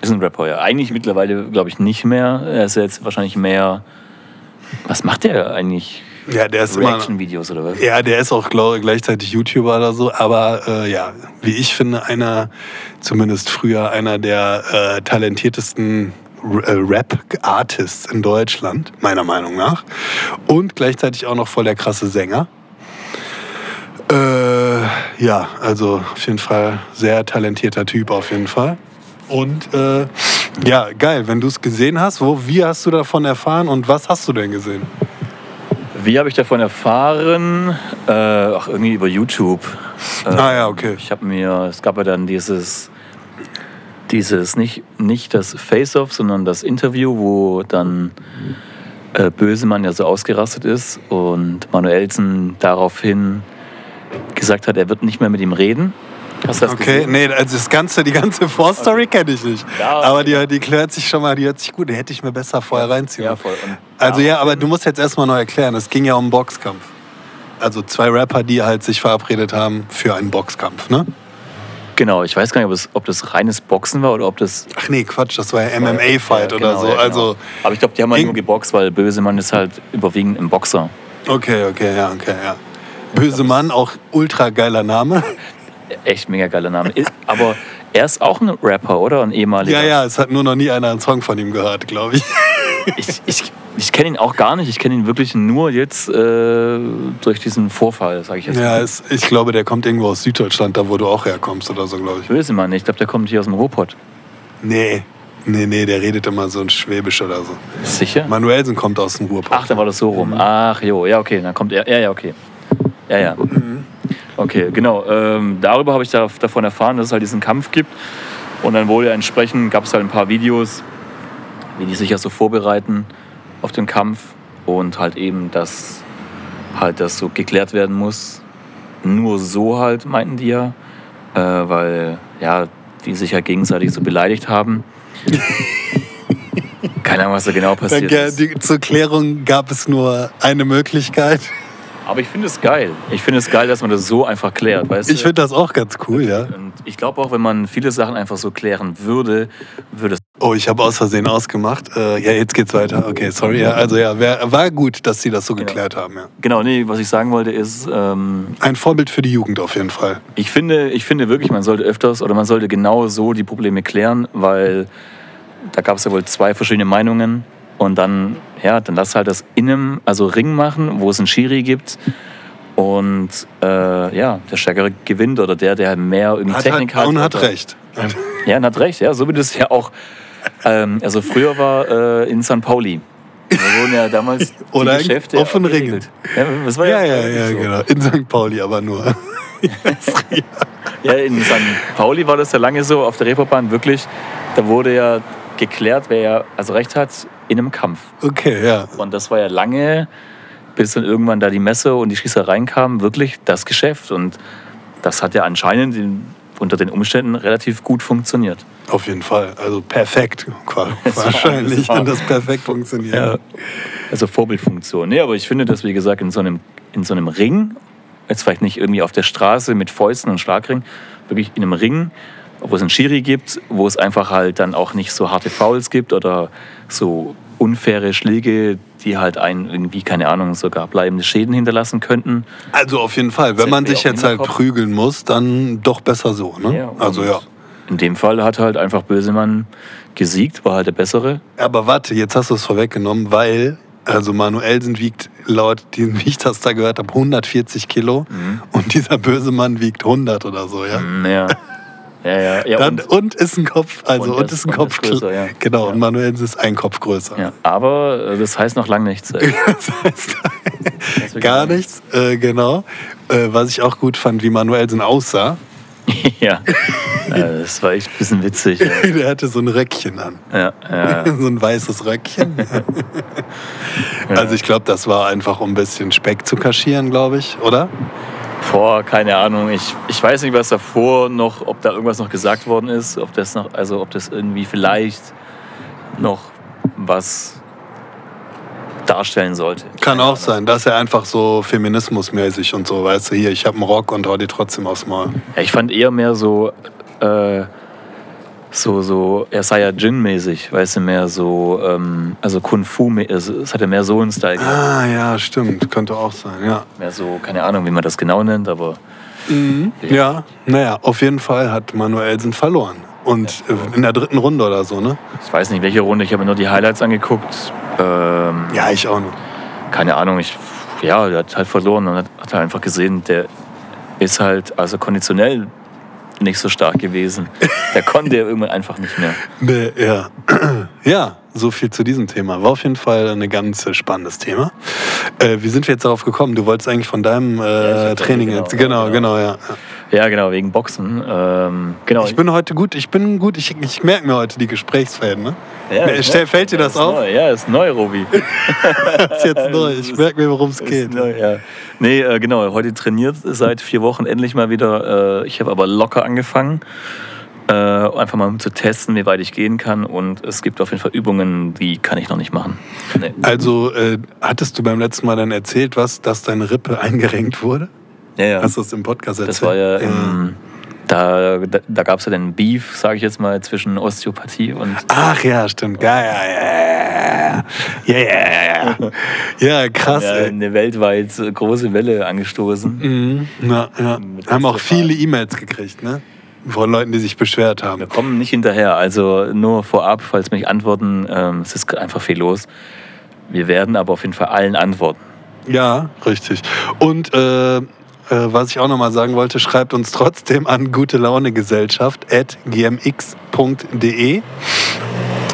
Speaker 2: Ist ein Rapper, ja. Eigentlich mittlerweile, glaube ich, nicht mehr. Er ist jetzt wahrscheinlich mehr. Was macht der eigentlich?
Speaker 3: Ja, der ist immer.
Speaker 2: Reaction-Videos oder was?
Speaker 3: Ja, der ist auch glaub, gleichzeitig YouTuber oder so, aber äh, ja, wie ich finde, einer, zumindest früher, einer der äh, talentiertesten R- äh, Rap-Artists in Deutschland, meiner Meinung nach. Und gleichzeitig auch noch voll der krasse Sänger. Äh, ja, also auf jeden Fall sehr talentierter Typ, auf jeden Fall. Und äh, ja, geil, wenn du es gesehen hast, wo, wie hast du davon erfahren und was hast du denn gesehen?
Speaker 2: Wie habe ich davon erfahren? Äh, ach, irgendwie über YouTube. Äh,
Speaker 3: ah ja, okay.
Speaker 2: Ich habe mir, es gab ja dann dieses, dieses nicht, nicht das Face-Off, sondern das Interview, wo dann äh, Bösemann ja so ausgerastet ist und Manuelsen daraufhin gesagt hat, er wird nicht mehr mit ihm reden. Hast du das
Speaker 3: Okay,
Speaker 2: gesehen?
Speaker 3: nee, also das ganze, die ganze Vorstory kenne ich nicht.
Speaker 2: Ja, okay.
Speaker 3: aber die, die klärt sich schon mal, die hört sich gut, die hätte ich mir besser vorher reinziehen.
Speaker 2: Ja,
Speaker 3: müssen.
Speaker 2: voll. Und
Speaker 3: also ja, aber du musst jetzt erstmal noch erklären, es ging ja um einen Boxkampf. Also zwei Rapper, die halt sich verabredet haben für einen Boxkampf, ne?
Speaker 2: Genau, ich weiß gar nicht, ob das, ob das reines Boxen war oder ob das.
Speaker 3: Ach nee, Quatsch, das war ja MMA-Fight
Speaker 2: Ja,
Speaker 3: oder
Speaker 2: genau,
Speaker 3: so.
Speaker 2: ja, genau.
Speaker 3: Also,
Speaker 2: Aber ich glaube, die haben halt
Speaker 3: Ing-
Speaker 2: nur geboxt, weil Bösemann ist halt überwiegend ein Boxer.
Speaker 3: okay, okay, ja, okay, ja. Böse Mann, auch ultra geiler Name.
Speaker 2: Echt mega geiler Name. Ist- Aber er ist auch ein Rapper, oder? Ein ehemaliger.
Speaker 3: Ja, ja, es hat nur noch nie einer einen Song von ihm gehört, glaube ich.
Speaker 2: Ich, ich, ich kenne ihn auch gar nicht. Ich kenne ihn wirklich nur jetzt äh, durch diesen Vorfall, sage ich jetzt.
Speaker 3: Ja, es, ich glaube, der kommt irgendwo aus Süddeutschland, da wo du auch herkommst oder so, glaube ich.
Speaker 2: Bösemann, ich glaube, der kommt hier aus dem Ruhrpott.
Speaker 3: Nee, nee, nee, der redet immer so ein Schwäbisch oder so.
Speaker 2: Sicher?
Speaker 3: Manuelsen kommt aus dem Ruhrpott.
Speaker 2: Ach, da war das so rum. Ach, jo, ja, okay, dann kommt er. Ja, ja, okay. Ja, ja. Okay, genau. Ähm, darüber habe ich da, davon erfahren, dass es halt diesen Kampf gibt. Und dann wurde entsprechend, gab es halt ein paar Videos, wie die sich ja so vorbereiten auf den Kampf. Und halt eben, dass halt das so geklärt werden muss. Nur so halt, meinten die ja. Äh, weil, ja, die sich ja gegenseitig so beleidigt haben. Keine Ahnung, was da genau passiert
Speaker 3: Danke,
Speaker 2: ist.
Speaker 3: Äh, die, zur Klärung gab es nur eine Möglichkeit.
Speaker 2: Aber ich finde es geil. Ich finde es geil, dass man das so einfach klärt, weißt
Speaker 3: Ich
Speaker 2: du?
Speaker 3: finde das auch ganz cool, ja.
Speaker 2: Und ich glaube auch, wenn man viele Sachen einfach so klären würde, würde es
Speaker 3: Oh, ich habe aus Versehen ausgemacht. Äh, ja, jetzt geht's weiter. Okay, sorry. Ja, also ja, wär, war gut, dass Sie das so geklärt haben. Ja.
Speaker 2: Genau, nee, was ich sagen wollte ist, ähm,
Speaker 3: Ein Vorbild für die Jugend auf jeden Fall.
Speaker 2: ich, finde, ich finde wirklich, man sollte öfters oder man sollte genau so die Probleme klären, weil da gab es ja wohl zwei verschiedene Meinungen und dann, ja, dann lass halt das in einem, also Ring machen, wo es einen Schiri gibt und äh, ja, der Stärkere gewinnt oder der, der mehr irgendwie
Speaker 3: Hat,
Speaker 2: Technik
Speaker 3: hat,
Speaker 2: hat.
Speaker 3: und hat
Speaker 2: oder-
Speaker 3: recht.
Speaker 2: Ja, und hat recht, ja, so wie das ja auch. Ähm, also früher war äh, in St. Pauli. Da wurden ja damals
Speaker 3: Oder in
Speaker 2: die Geschäfte
Speaker 3: offenen
Speaker 2: geregelt. Ja, das war
Speaker 3: Ja,
Speaker 2: ja,
Speaker 3: ja, ja,
Speaker 2: so.
Speaker 3: genau. In St. Pauli aber nur.
Speaker 2: Ja, in St. Pauli war das ja lange so, auf der Reeperbahn wirklich. Da wurde ja geklärt, wer ja also recht hat, in einem Kampf.
Speaker 3: Okay, ja.
Speaker 2: Und das war ja lange, bis dann irgendwann da die Messe und die Schießereien kamen, wirklich das Geschäft. Und das hat ja anscheinend in, unter den Umständen relativ gut funktioniert.
Speaker 3: Auf jeden Fall. Also perfekt. qua-
Speaker 2: Es war-
Speaker 3: Wahrscheinlich
Speaker 2: es war-
Speaker 3: kann das perfekt funktionieren.
Speaker 2: Ja. Also Vorbildfunktion. Nee, aber ich finde das, wie gesagt, in so einem, in so einem Ring, jetzt vielleicht nicht irgendwie auf der Straße mit Fäusten und Schlagring, wirklich in einem Ring, wo es einen Schiri gibt, wo es einfach halt dann auch nicht so harte Fouls gibt oder so unfaire Schläge, die halt einen irgendwie, keine Ahnung, sogar bleibende Schäden hinterlassen könnten.
Speaker 3: Also auf jeden Fall. Wenn man
Speaker 2: Zählt
Speaker 3: sich
Speaker 2: mir eh auch
Speaker 3: jetzt halt
Speaker 2: Hinterkopf.
Speaker 3: prügeln muss, dann doch besser so. Ne?
Speaker 2: Ja, und
Speaker 3: also ja.
Speaker 2: In dem Fall hat halt einfach Bösemann gesiegt, war halt der Bessere.
Speaker 3: Aber warte, jetzt hast du es vorweggenommen, weil also Manuelsen wiegt laut dem, wie ich das da gehört habe, 140 Kilo und dieser böse Mann wiegt 100 oder so, ja.
Speaker 2: Hm, Mhm. Ja, ja, ja. ja
Speaker 3: Dann,
Speaker 2: und,
Speaker 3: und, ist ein Kopf, also
Speaker 2: Und
Speaker 3: und,
Speaker 2: er
Speaker 3: ist
Speaker 2: ist-
Speaker 3: ein
Speaker 2: und er ist
Speaker 3: Kopf größer,
Speaker 2: größer, ja.
Speaker 3: Genau,
Speaker 2: Ja.
Speaker 3: und Manuelsen ist ein Kopf größer.
Speaker 2: ja. Aber äh, das heißt noch lange nichts. ey.
Speaker 3: Das heißt,
Speaker 2: wirklich
Speaker 3: gar
Speaker 2: gar
Speaker 3: nichts, äh, genau. Äh, was ich auch gut fand, wie Manuelsen aussah,
Speaker 2: Ja, Ja, das war echt ein bisschen witzig. Ja,
Speaker 3: der hatte so ein Röckchen an.
Speaker 2: ja, ja.
Speaker 3: so ein weißes Röckchen. Also ich glaube, das war einfach, um ein bisschen Speck zu kaschieren, glaube ich, oder?
Speaker 2: Vor, keine Ahnung. Ich, ich weiß nicht, was davor noch, ob da irgendwas noch gesagt worden ist, ob das noch, also ob das irgendwie vielleicht noch was darstellen sollte.
Speaker 3: Kann auch sein, dass er einfach so feminismusmäßig und so, weißt du, hier, ich habe einen Rock und hau dir trotzdem aufs Maul.
Speaker 2: Ja, ich fand eher mehr so, äh, so, so, er sei ja Jin-mäßig, weißt du, mehr so, ähm, also Kung Fu, also, es hatte mehr so einen Style, gehabt.
Speaker 3: Ah ja, stimmt, könnte auch sein, ja.
Speaker 2: mehr so, keine Ahnung, wie man das genau nennt, aber
Speaker 3: Ja, naja, auf jeden Fall hat Manuelsen verloren. Und äh, in der dritten Runde oder so, ne?
Speaker 2: Ich weiß nicht, welche Runde. Ich habe mir nur die Highlights angeguckt. Ähm,
Speaker 3: Ja, ich auch noch.
Speaker 2: keine Ahnung. Ich, ja, der hat halt verloren und hat, hat halt einfach gesehen, der ist halt also konditionell nicht so stark gewesen. Der konnte ja irgendwann einfach nicht mehr.
Speaker 3: Nee, ja. ja, so viel zu diesem Thema. War auf jeden Fall ein ganz äh, spannendes Thema. Äh, wie sind wir jetzt darauf gekommen? Du wolltest eigentlich von deinem
Speaker 2: ich
Speaker 3: äh,
Speaker 2: hab-
Speaker 3: Training
Speaker 2: genau,
Speaker 3: jetzt. Genau, genau, ja.
Speaker 2: Ja, genau, wegen Boxen. Ähm, genau.
Speaker 3: Ich bin heute gut, ich bin gut, ich, ich merke mir heute die Gesprächsfäden. Ne?
Speaker 2: ja,
Speaker 3: Mir-
Speaker 2: ist
Speaker 3: stell-
Speaker 2: neu.
Speaker 3: fällt dir das
Speaker 2: ist
Speaker 3: auf?
Speaker 2: Neu. Ja, ist neu, Robi.
Speaker 3: Das ist jetzt neu. Ich merke mir, worum es geht.
Speaker 2: Ist neu, ja. Nee, äh, genau, heute trainiert seit vier Wochen endlich mal wieder. Äh, ich habe aber locker angefangen. Äh, einfach mal um zu testen, wie weit ich gehen kann. Und es gibt auf jeden Fall Übungen, die kann ich noch nicht machen. Nee.
Speaker 3: Also, äh, hattest du beim letzten Mal dann erzählt, was, dass deine Rippe eingerenkt wurde?
Speaker 2: Ja, ja.
Speaker 3: Hast du es im Podcast erzählt?
Speaker 2: Das war ja, im, da, da, da gab es ja den Beef, sage ich jetzt mal, zwischen Osteopathie und
Speaker 3: Ach ja, stimmt. Ja, ja, ja, ja, ja, ja, ja, ja. Ja, krass.
Speaker 2: ja,
Speaker 3: ey.
Speaker 2: äh, eine weltweit große Welle angestoßen.
Speaker 3: Mhm. Na, ja.
Speaker 2: Mit
Speaker 3: Haben auch
Speaker 2: Osteopath.
Speaker 3: viele E-Mails gekriegt, ne? Von Leuten, die sich beschwert haben.
Speaker 2: Wir kommen nicht hinterher, also nur vorab, falls mich antworten, ähm, es ist einfach viel los. Wir werden aber auf jeden Fall allen antworten.
Speaker 3: Ja, richtig. Und äh, äh, was ich auch nochmal sagen wollte, schreibt uns trotzdem an gute Launegesellschaft at gmx.de. Äh,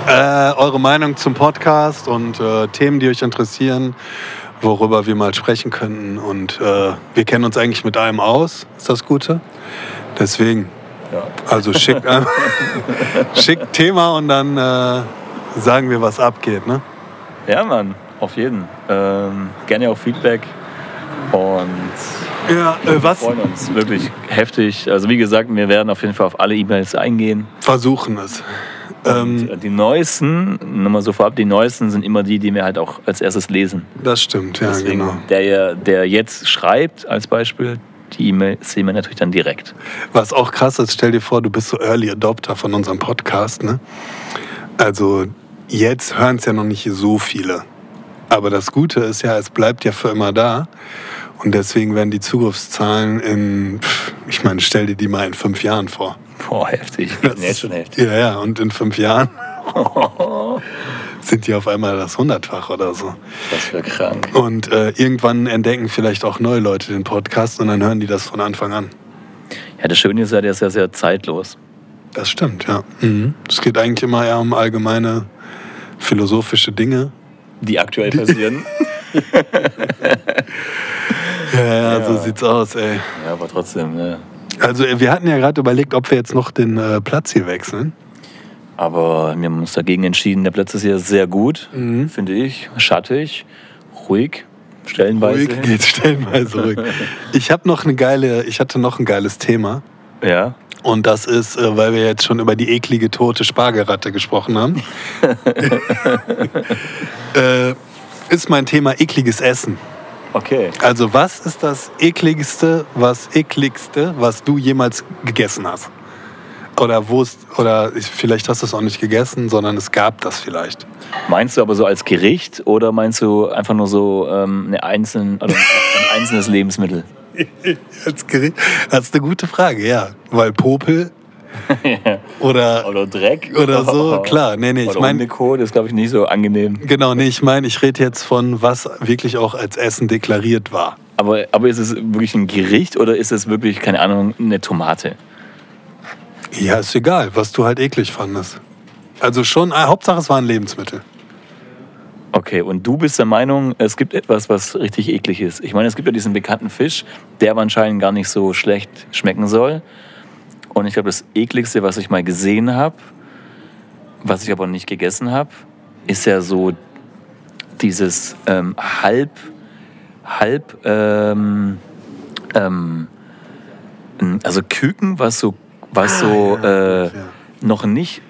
Speaker 3: eure Meinung zum Podcast und äh, Themen, die euch interessieren, worüber wir mal sprechen könnten. Und äh, wir kennen uns eigentlich mit allem aus, ist das Gute. Deswegen,
Speaker 2: Ja.
Speaker 3: also schickt, ein- schickt Thema und dann äh, sagen wir, was abgeht. Ne?
Speaker 2: Ja, Mann, auf jeden. Ähm, gerne auch Feedback. Und
Speaker 3: Ja, äh,
Speaker 2: wir
Speaker 3: was,
Speaker 2: freuen uns wirklich heftig. Also wie gesagt, wir werden auf jeden Fall auf alle E-Mails eingehen.
Speaker 3: versuchen es. Ähm,
Speaker 2: Und, äh, die neuesten, nur mal so vorab, die neuesten sind immer die, die wir halt auch als erstes lesen.
Speaker 3: Das stimmt, ja,
Speaker 2: Deswegen,
Speaker 3: genau.
Speaker 2: der, ja- der jetzt schreibt als Beispiel, die E-Mail sehen wir natürlich dann direkt.
Speaker 3: Was auch krass ist, stell dir vor, du bist so Early Adopter von unserem Podcast, ne? Also jetzt hören es ja noch nicht so viele. Aber das Gute ist ja, es bleibt ja für immer da. Und deswegen werden die Zugriffszahlen in, pff, ich meine, stell dir die mal in fünf Jahren vor.
Speaker 2: Boah, heftig. Ich bin jetzt schon heftig.
Speaker 3: Ja, ja, und in fünf Jahren sind die auf einmal das Hundertfach oder so.
Speaker 2: Das wäre krank.
Speaker 3: Und äh, irgendwann entdecken vielleicht auch neue Leute den Podcast und dann hören die das von Anfang an.
Speaker 2: Ja, das Schöne ist ja, der ist ja sehr zeitlos.
Speaker 3: Das stimmt, ja. Mhm. Es geht eigentlich immer eher um allgemeine philosophische Dinge.
Speaker 2: Die aktuell passieren.
Speaker 3: Ja, ja,
Speaker 2: Ja.
Speaker 3: so sieht's aus, ey.
Speaker 2: ja, aber trotzdem, ne?
Speaker 3: Also äh, wir hatten ja gerade überlegt, ob wir jetzt noch den äh, Platz hier wechseln.
Speaker 2: Aber wir haben uns dagegen entschieden. Der Platz ist hier sehr gut,
Speaker 3: Mhm.
Speaker 2: finde ich. Schattig, ruhig, stellenweise.
Speaker 3: Ruhig geht's stellenweise ruhig. Ich habe noch eine geile, ich hatte noch ein geiles Thema.
Speaker 2: Ja.
Speaker 3: Und das ist, äh, weil wir jetzt schon über die eklige tote Spargelratte gesprochen haben. äh, ist mein Thema ekliges Essen.
Speaker 2: Okay.
Speaker 3: Also was ist das ekligste, was ekligste, was du jemals gegessen hast? Oder wo ist, oder ich- vielleicht hast du es auch nicht gegessen, sondern es gab das vielleicht.
Speaker 2: Meinst du aber so als Gericht oder meinst du einfach nur so ähm, eine einzeln, also ein einzelnes Lebensmittel?
Speaker 3: Als Gericht? Das ist eine gute Frage, ja. Weil Popel oder,
Speaker 2: Oder Dreck?
Speaker 3: oder so, klar. Nee, nee, ich
Speaker 2: Oder
Speaker 3: meine,
Speaker 2: Hundekot ist, glaube ich, nicht so angenehm.
Speaker 3: genau, nee, ich meine, ich rede jetzt von, was wirklich auch als Essen deklariert war.
Speaker 2: Aber, aber ist es wirklich ein Gericht oder ist es wirklich, keine Ahnung, eine Tomate?
Speaker 3: Ja, ist egal, was du halt eklig fandest. Also schon, ah, Hauptsache es waren Lebensmittel.
Speaker 2: Okay, und du bist der Meinung, es gibt etwas, was richtig eklig ist. Ich meine, es gibt ja diesen bekannten Fisch, der aber anscheinend gar nicht so schlecht schmecken soll. Und ich glaube, das ekligste, was ich mal gesehen habe, was ich aber nicht gegessen habe, ist ja so dieses ähm, halb, halb, ähm, ähm, also Küken, was so, was so
Speaker 3: Ah,
Speaker 2: äh,
Speaker 3: ja, gut, ja.
Speaker 2: noch nicht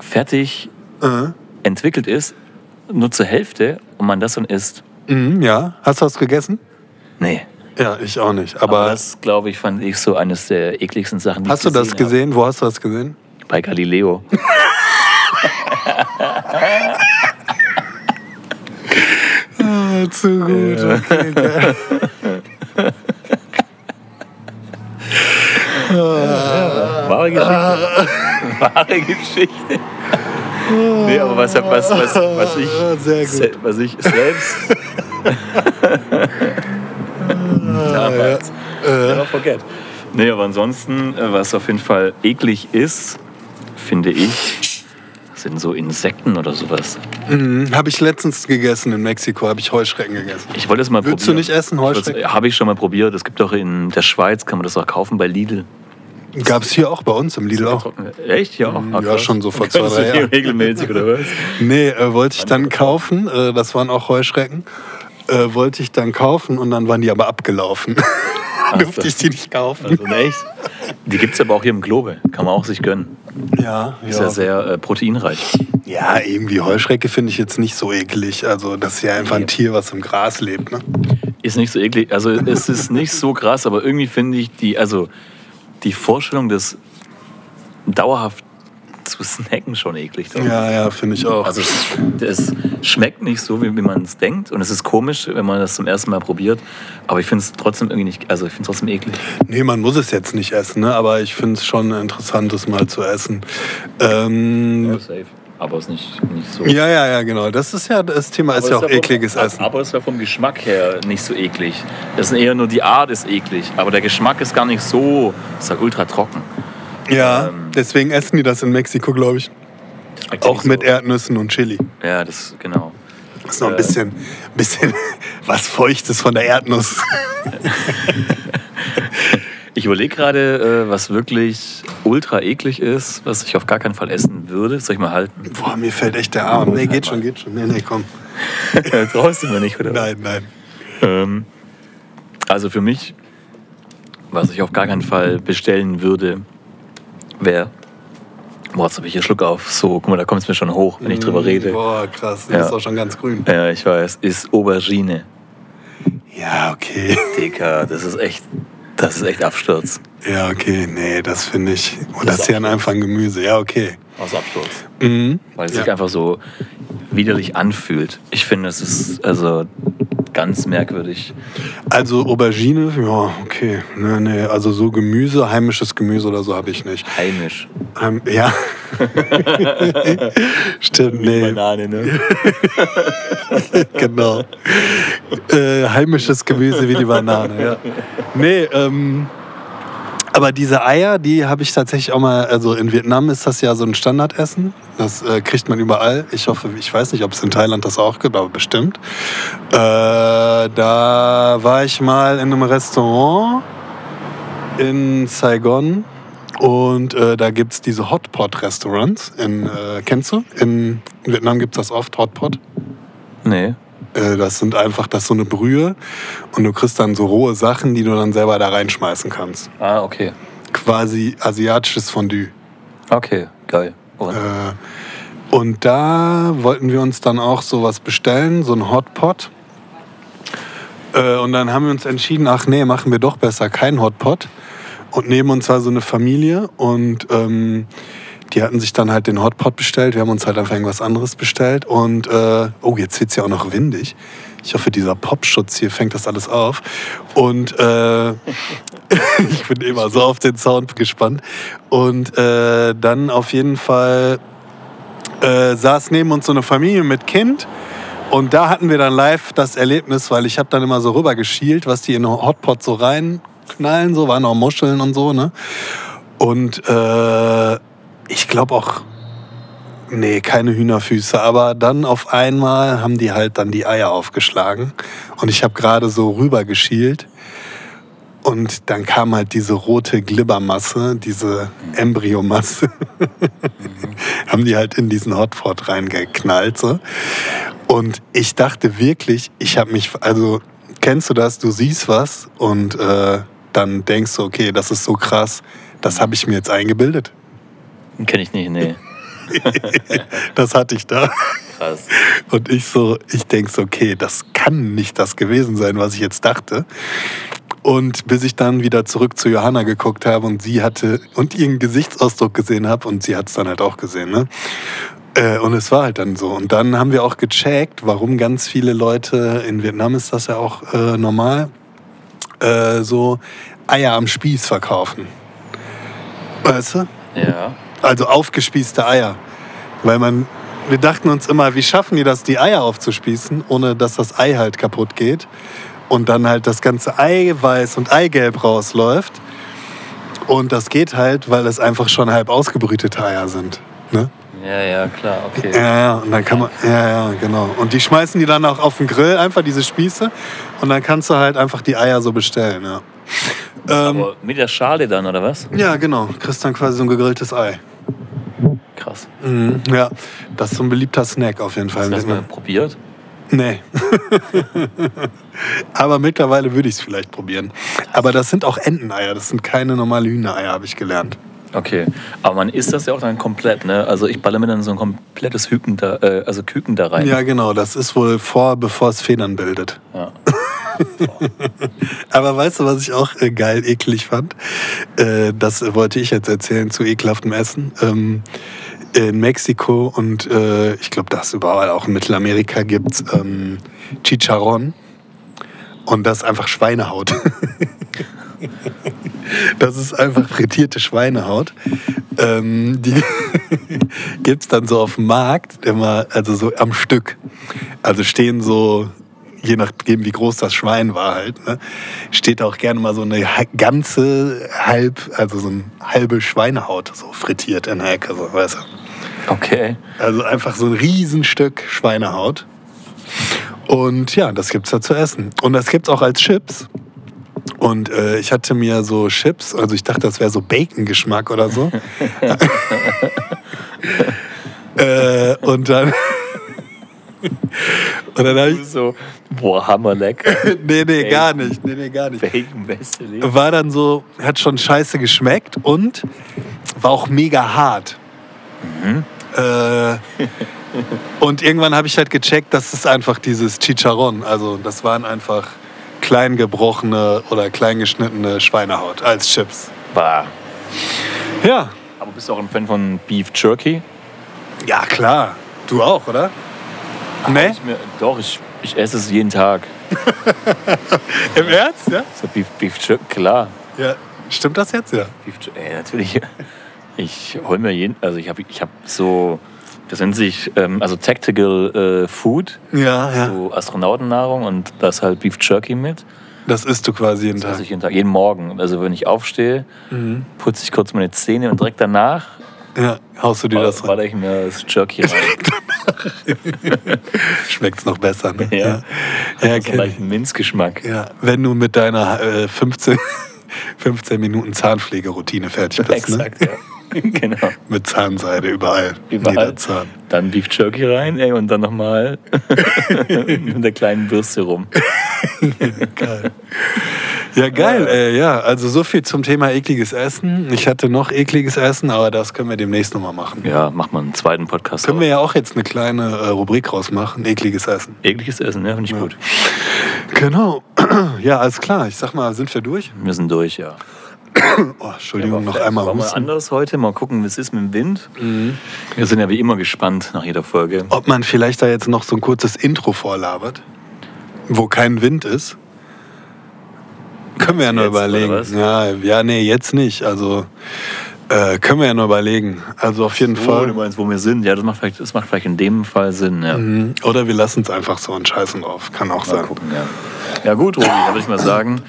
Speaker 2: fertig
Speaker 3: Äh,
Speaker 2: entwickelt ist, nur zur Hälfte und man das dann isst.
Speaker 3: mhm, ja, hast du was gegessen?
Speaker 2: Nee.
Speaker 3: Ja, ich auch nicht.
Speaker 2: Aber,
Speaker 3: Aber,
Speaker 2: das, glaube ich, fand ich so eines der ekligsten Sachen. Die
Speaker 3: hast du
Speaker 2: ich
Speaker 3: das
Speaker 2: gesehen?
Speaker 3: gesehen? Wo hast du das gesehen?
Speaker 2: Habe. Bei Galileo.
Speaker 3: Ah, zu gut. Okay, geil.
Speaker 2: Wahre Geschichte. Wahre Geschichte. nee, aber was, was, was, was ich.
Speaker 3: Sehr gut.
Speaker 2: se- Was ich selbst. Damals.
Speaker 3: Äh.
Speaker 2: Never äh, forget. Nee, aber ansonsten, äh, was auf jeden Fall eklig ist, finde ich, sind so Insekten oder sowas.
Speaker 3: Mhm, habe ich letztens gegessen in Mexiko, habe ich Heuschrecken gegessen.
Speaker 2: Ich wollte es mal
Speaker 3: Würdest du
Speaker 2: probieren.
Speaker 3: nicht essen, Heuschrecken?
Speaker 2: Habe ich schon mal probiert. Es gibt auch in der Schweiz, kann man das auch kaufen bei Lidl.
Speaker 3: Gab es hier auch bei uns im Lidl auch.
Speaker 2: Echt? Ja, auch.
Speaker 3: Hm, ja, schon so vor zwei,
Speaker 2: Gönnst
Speaker 3: drei
Speaker 2: du dir
Speaker 3: Jahren.
Speaker 2: regelmäßig oder was?
Speaker 3: Nee, äh, wollte ich dann kaufen, äh, das waren auch Heuschrecken. Äh, wollte ich dann kaufen und dann waren die aber abgelaufen. Durfte ich die nicht kaufen.
Speaker 2: Also, echt? Die gibt es aber auch hier im Globe. Kann man auch sich gönnen.
Speaker 3: Ja,
Speaker 2: Ist ja, sehr äh, proteinreich.
Speaker 3: Ja, irgendwie Heuschrecke finde ich jetzt nicht so eklig. Also, das ist ja einfach ein Tier, was im Gras lebt. Ne?
Speaker 2: Ist nicht so eklig. Also es ist nicht so krass, aber irgendwie finde ich die, also die Vorstellung, das dauerhaft zu snacken, schon eklig. Doch.
Speaker 3: Ja, ja, finde ich auch.
Speaker 2: Also es- es schmeckt nicht so, wie, wie man es denkt. Und es ist komisch, wenn man das zum ersten Mal probiert. Aber ich finde es trotzdem irgendwie nicht, also ich finde es trotzdem eklig.
Speaker 3: nee, man muss es jetzt nicht essen, ne? aber ich finde es schon interessant, das mal zu essen. Ähm,
Speaker 2: safe. Aber es ist nicht, nicht so.
Speaker 3: ja, ja, ja, genau. Das ist ja das Thema, ist ja auch ekliges Essen.
Speaker 2: Aber es war vom Geschmack her nicht so eklig. Das sind eher nur die Art ist eklig. Aber der Geschmack ist gar nicht so, ist halt ultra trocken.
Speaker 3: Ja,
Speaker 2: ähm,
Speaker 3: deswegen essen die das in Mexiko, glaube ich.
Speaker 2: Das schmeckt
Speaker 3: Auch
Speaker 2: nicht
Speaker 3: mit
Speaker 2: so.
Speaker 3: Erdnüssen und Chili.
Speaker 2: Ja, das, genau.
Speaker 3: Ist noch ein
Speaker 2: Äh.
Speaker 3: bisschen, bisschen was Feuchtes von der Erdnuss.
Speaker 2: Ich überlege gerade, äh, was wirklich ultra eklig ist, was ich auf gar keinen Fall essen würde. Soll ich mal halten?
Speaker 3: Boah, mir fällt echt der Arm. Nee, geht schon, geht schon. Nee, nee, komm.
Speaker 2: Traust du mir nicht, oder?
Speaker 3: Nein, nein.
Speaker 2: Ähm, also für mich, was ich auf gar keinen Fall bestellen würde, wäre. Boah, jetzt habe ich hier Schluck auf. So, guck mal, da kommt es mir schon hoch, wenn ich drüber rede.
Speaker 3: Mm, Boah, krass.
Speaker 2: Ja.
Speaker 3: Das ist auch schon ganz grün.
Speaker 2: Ja, ich weiß. Ist Aubergine.
Speaker 3: Ja, okay.
Speaker 2: Dicker, das ist echt. Das ist echt Absturz.
Speaker 3: Oh, Ja, okay. Nee, das finde ich. Und das ist ja einfach ein Gemüse. Ja, okay.
Speaker 2: aus Absturz.
Speaker 3: Mhm.
Speaker 2: Weil es
Speaker 3: Ja.
Speaker 2: sich einfach so widerlich anfühlt. Ich finde, es ist also ganz merkwürdig.
Speaker 3: Also Aubergine, ja, okay. Nee, nee, also so Gemüse, heimisches Gemüse oder so habe ich nicht.
Speaker 2: Heimisch.
Speaker 3: Heim, ja. Stimmt, nee.
Speaker 2: Banane, ne?
Speaker 3: Genau. Äh, heimisches Gemüse wie die Banane, ja. Nee, ähm. Aber diese Eier, die habe ich tatsächlich auch mal, also in Vietnam ist das ja so ein Standardessen. Das äh, kriegt man überall. Ich hoffe, ich weiß nicht, ob es in Thailand das auch gibt, aber bestimmt. Äh, da war ich mal in einem Restaurant in Saigon und äh, da gibt es diese Hotpot-Restaurants. In, äh, kennst du? In Vietnam gibt es das oft, Hotpot.
Speaker 2: Nee.
Speaker 3: Äh, Das sind einfach das ist so eine Brühe und du kriegst dann so rohe Sachen, die du dann selber da reinschmeißen kannst.
Speaker 2: Ah, okay.
Speaker 3: Quasi asiatisches Fondue.
Speaker 2: Okay, geil. Oh, Und?
Speaker 3: Äh, Und da wollten wir uns dann auch sowas bestellen, so ein Hotpot. Äh, Und dann haben wir uns entschieden, ach nee, machen wir doch besser kein Hotpot. Und neben uns war so eine Familie und ähm, die hatten sich dann halt den Hotpot bestellt. Wir haben uns halt einfach irgendwas anderes bestellt. Und äh, oh, jetzt wird es ja auch noch windig. Ich hoffe, dieser Popschutz hier fängt das alles auf. Und äh, ich bin immer so auf den Sound gespannt. Und äh, dann auf jeden Fall äh, saß neben uns so eine Familie mit Kind. Und da hatten wir dann live das Erlebnis, weil ich habe dann immer so rüber geschielt, was die in den Hotpot so reinknallen, so waren auch Muscheln und so, ne? Und äh, ich glaube auch, nee, keine Hühnerfüße, aber dann auf einmal haben die halt dann die Eier aufgeschlagen und ich habe gerade so rüber geschielt und dann kam halt diese rote Glibbermasse, diese Embryomasse, haben die halt in diesen Hotpot reingeknallt so. und ich dachte wirklich, ich habe mich, also kennst du das, du siehst was und äh, dann denkst du, okay, das ist so krass, das habe ich mir jetzt eingebildet.
Speaker 2: Kenn ich nicht, nee.
Speaker 3: Das hatte ich da.
Speaker 2: Krass.
Speaker 3: Und ich so, ich denke so, okay, das kann nicht das gewesen sein, was ich jetzt dachte. Und bis ich dann wieder zurück zu Johanna geguckt habe und sie hatte und ihren Gesichtsausdruck gesehen habe und sie hat es dann halt auch gesehen, ne? Äh, Und es war halt dann so. Und dann haben wir auch gecheckt, warum ganz viele Leute, in Vietnam ist das ja auch äh, normal, äh, so Eier am Spieß verkaufen. Weißt du?
Speaker 2: Ja.
Speaker 3: Also aufgespießte Eier. Weil man, wir dachten uns immer, wie schaffen die das, die Eier aufzuspießen, ohne dass das Ei halt kaputt geht und dann halt das ganze Eiweiß und Eigelb rausläuft. Und das geht halt, weil es einfach schon halb ausgebrütete Eier sind. Ne?
Speaker 2: Ja, ja, klar,
Speaker 3: Ja,
Speaker 2: okay.
Speaker 3: ja, und dann kann man, ja, ja, genau. Und die schmeißen die dann auch auf den Grill, einfach diese Spieße. Und dann kannst du halt einfach die Eier so bestellen, ja. Ähm,
Speaker 2: Aber Oh, mit der Schale dann, oder was?
Speaker 3: ja, genau. Kriegst dann quasi so ein gegrilltes Ei.
Speaker 2: Krass.
Speaker 3: Mhm, ja, das ist so ein beliebter Snack auf jeden Fall.
Speaker 2: Hast du das mal
Speaker 3: Ne?
Speaker 2: probiert?
Speaker 3: Nee. Aber mittlerweile würde ich es vielleicht probieren. Aber das sind auch Enteneier, das sind keine normalen Hühnereier, habe ich gelernt.
Speaker 2: Okay, aber man isst das ja auch dann komplett, ne? Also ich baller mir dann so ein komplettes Hüken da, äh, also Küken da rein.
Speaker 3: Ja, genau, das ist wohl vor, bevor es Federn bildet.
Speaker 2: Ja.
Speaker 3: Aber weißt du, was ich auch äh, geil eklig fand? Äh, das äh, wollte ich jetzt erzählen zu ekelhaftem Essen. Ähm, in Mexiko und äh, ich glaube, das überall auch in Mittelamerika gibt es ähm, Chicharron. Und das ist einfach Schweinehaut. Das ist einfach frittierte Schweinehaut. Ähm, die gibt es dann so auf dem Markt, immer, also so am Stück. Also stehen so, je nachdem wie groß das Schwein war halt, ne, steht auch gerne mal so eine ha- ganze, halb, also so eine halbe Schweinehaut so frittiert in der Ecke. So, weißt du?
Speaker 2: Okay.
Speaker 3: Also einfach so ein Riesenstück Schweinehaut. Und ja, das gibt's da zu essen. Und das gibt's auch als Chips. Und äh, ich hatte mir so Chips, also ich dachte, das wäre so Bacon-Geschmack oder so. äh, und dann. und dann habe ich.
Speaker 2: So, boah, hammerleck.
Speaker 3: Nee, nee, gar nicht. Nee, nee, gar nicht.
Speaker 2: Bacon beste Leben.
Speaker 3: War dann so, hat schon scheiße geschmeckt und war auch mega hart.
Speaker 2: Mhm.
Speaker 3: Äh, und irgendwann habe ich halt gecheckt, das ist einfach dieses Chicharron. Also das waren einfach klein gebrochene oder klein geschnittene Schweinehaut als Chips.
Speaker 2: Bah.
Speaker 3: Ja,
Speaker 2: Aber bist du auch ein Fan von Beef Jerky?
Speaker 3: Ja, klar. Du auch, oder?
Speaker 2: Hab
Speaker 3: Ne?
Speaker 2: Ich mir, doch, ich, ich esse es jeden Tag.
Speaker 3: Im Ernst, ja?
Speaker 2: So Beef, Beef Jerky, klar.
Speaker 3: Ja. Stimmt das jetzt, ja?
Speaker 2: Beef Jerky, ey, natürlich. Ich hol mir jeden, also ich habe ich hab so, das nennt sich, ähm, also Tactical äh, Food,
Speaker 3: Ja,
Speaker 2: so Astronautennahrung und da ist halt Beef Jerky mit.
Speaker 3: Das isst du quasi jeden
Speaker 2: Das esse
Speaker 3: Tag.
Speaker 2: ich jeden Tag, jeden Morgen. Also wenn ich aufstehe,
Speaker 3: Mhm.
Speaker 2: putze ich kurz meine Zähne und direkt danach
Speaker 3: Ja, haust du dir das rein.
Speaker 2: baller ich mir das Jerky rein.
Speaker 3: Schmeckt's noch besser, ne?
Speaker 2: ja.
Speaker 3: Ja, ja,
Speaker 2: so einen
Speaker 3: kenn ich.
Speaker 2: leichten Minzgeschmack.
Speaker 3: ja. Wenn du mit deiner äh, 15, 15 Minuten Zahnpflegeroutine fertig bist, ne?
Speaker 2: Exakt, ja. genau.
Speaker 3: Mit Zahnseide überall.
Speaker 2: Überall.
Speaker 3: Jeder Zahn.
Speaker 2: Dann Beef Jerky rein ey, und dann nochmal mit der kleinen Bürste rum.
Speaker 3: Ja, geil, ey, ja. Also so viel zum Thema ekliges Essen. Ich hatte noch ekliges Essen, aber das können wir demnächst nochmal machen.
Speaker 2: Ja, mach mal einen zweiten Podcast.
Speaker 3: Können
Speaker 2: auf.
Speaker 3: wir ja auch jetzt eine kleine äh, Rubrik rausmachen, ekliges Essen.
Speaker 2: Ekliges Essen, ja, finde ich gut.
Speaker 3: Genau. Ja, alles klar. Ich sag mal, sind wir durch?
Speaker 2: Wir sind durch, ja.
Speaker 3: Oh,
Speaker 2: Aber
Speaker 3: Entschuldigung, noch
Speaker 2: vielleicht
Speaker 3: einmal
Speaker 2: machen wir
Speaker 3: husten. Mhm.
Speaker 2: anders heute. Mal gucken, wie es ist mit dem Wind. Wir sind ja wie immer gespannt nach jeder Folge.
Speaker 3: Ob man vielleicht da jetzt noch so ein kurzes Intro vorlabert, wo kein Wind ist. Können wir ja nur
Speaker 2: Jetzt, oder
Speaker 3: überlegen.
Speaker 2: was?
Speaker 3: Ja, ja, nee, jetzt nicht. Also äh, können wir ja nur überlegen. Also auf jeden
Speaker 2: Oh,
Speaker 3: Fall.
Speaker 2: du meinst, wo wir sind. Ja, das macht vielleicht, das macht vielleicht in dem Fall Sinn. Ja.
Speaker 3: Mhm. Oder wir lassen es einfach so und scheißen drauf. Kann auch
Speaker 2: Mal
Speaker 3: sein.
Speaker 2: gucken, ja. Ja gut, Robi, da würde ich mal sagen,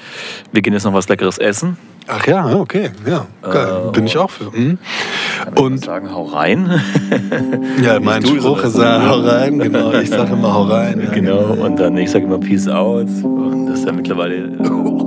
Speaker 2: wir gehen jetzt noch was Leckeres essen.
Speaker 3: Ach ja, okay. Ja, geil.
Speaker 2: Äh,
Speaker 3: Bin
Speaker 2: oh.
Speaker 3: ich auch für.
Speaker 2: Kann
Speaker 3: Mhm.
Speaker 2: ich mal
Speaker 3: Und
Speaker 2: sagen, hau rein.
Speaker 3: ja, mein
Speaker 2: du,
Speaker 3: Spruch
Speaker 2: sondern-
Speaker 3: ist ja, hau rein, genau. Ich sage immer hau rein. Ja,
Speaker 2: genau, und dann ich sage immer Peace out. Und das ist ja mittlerweile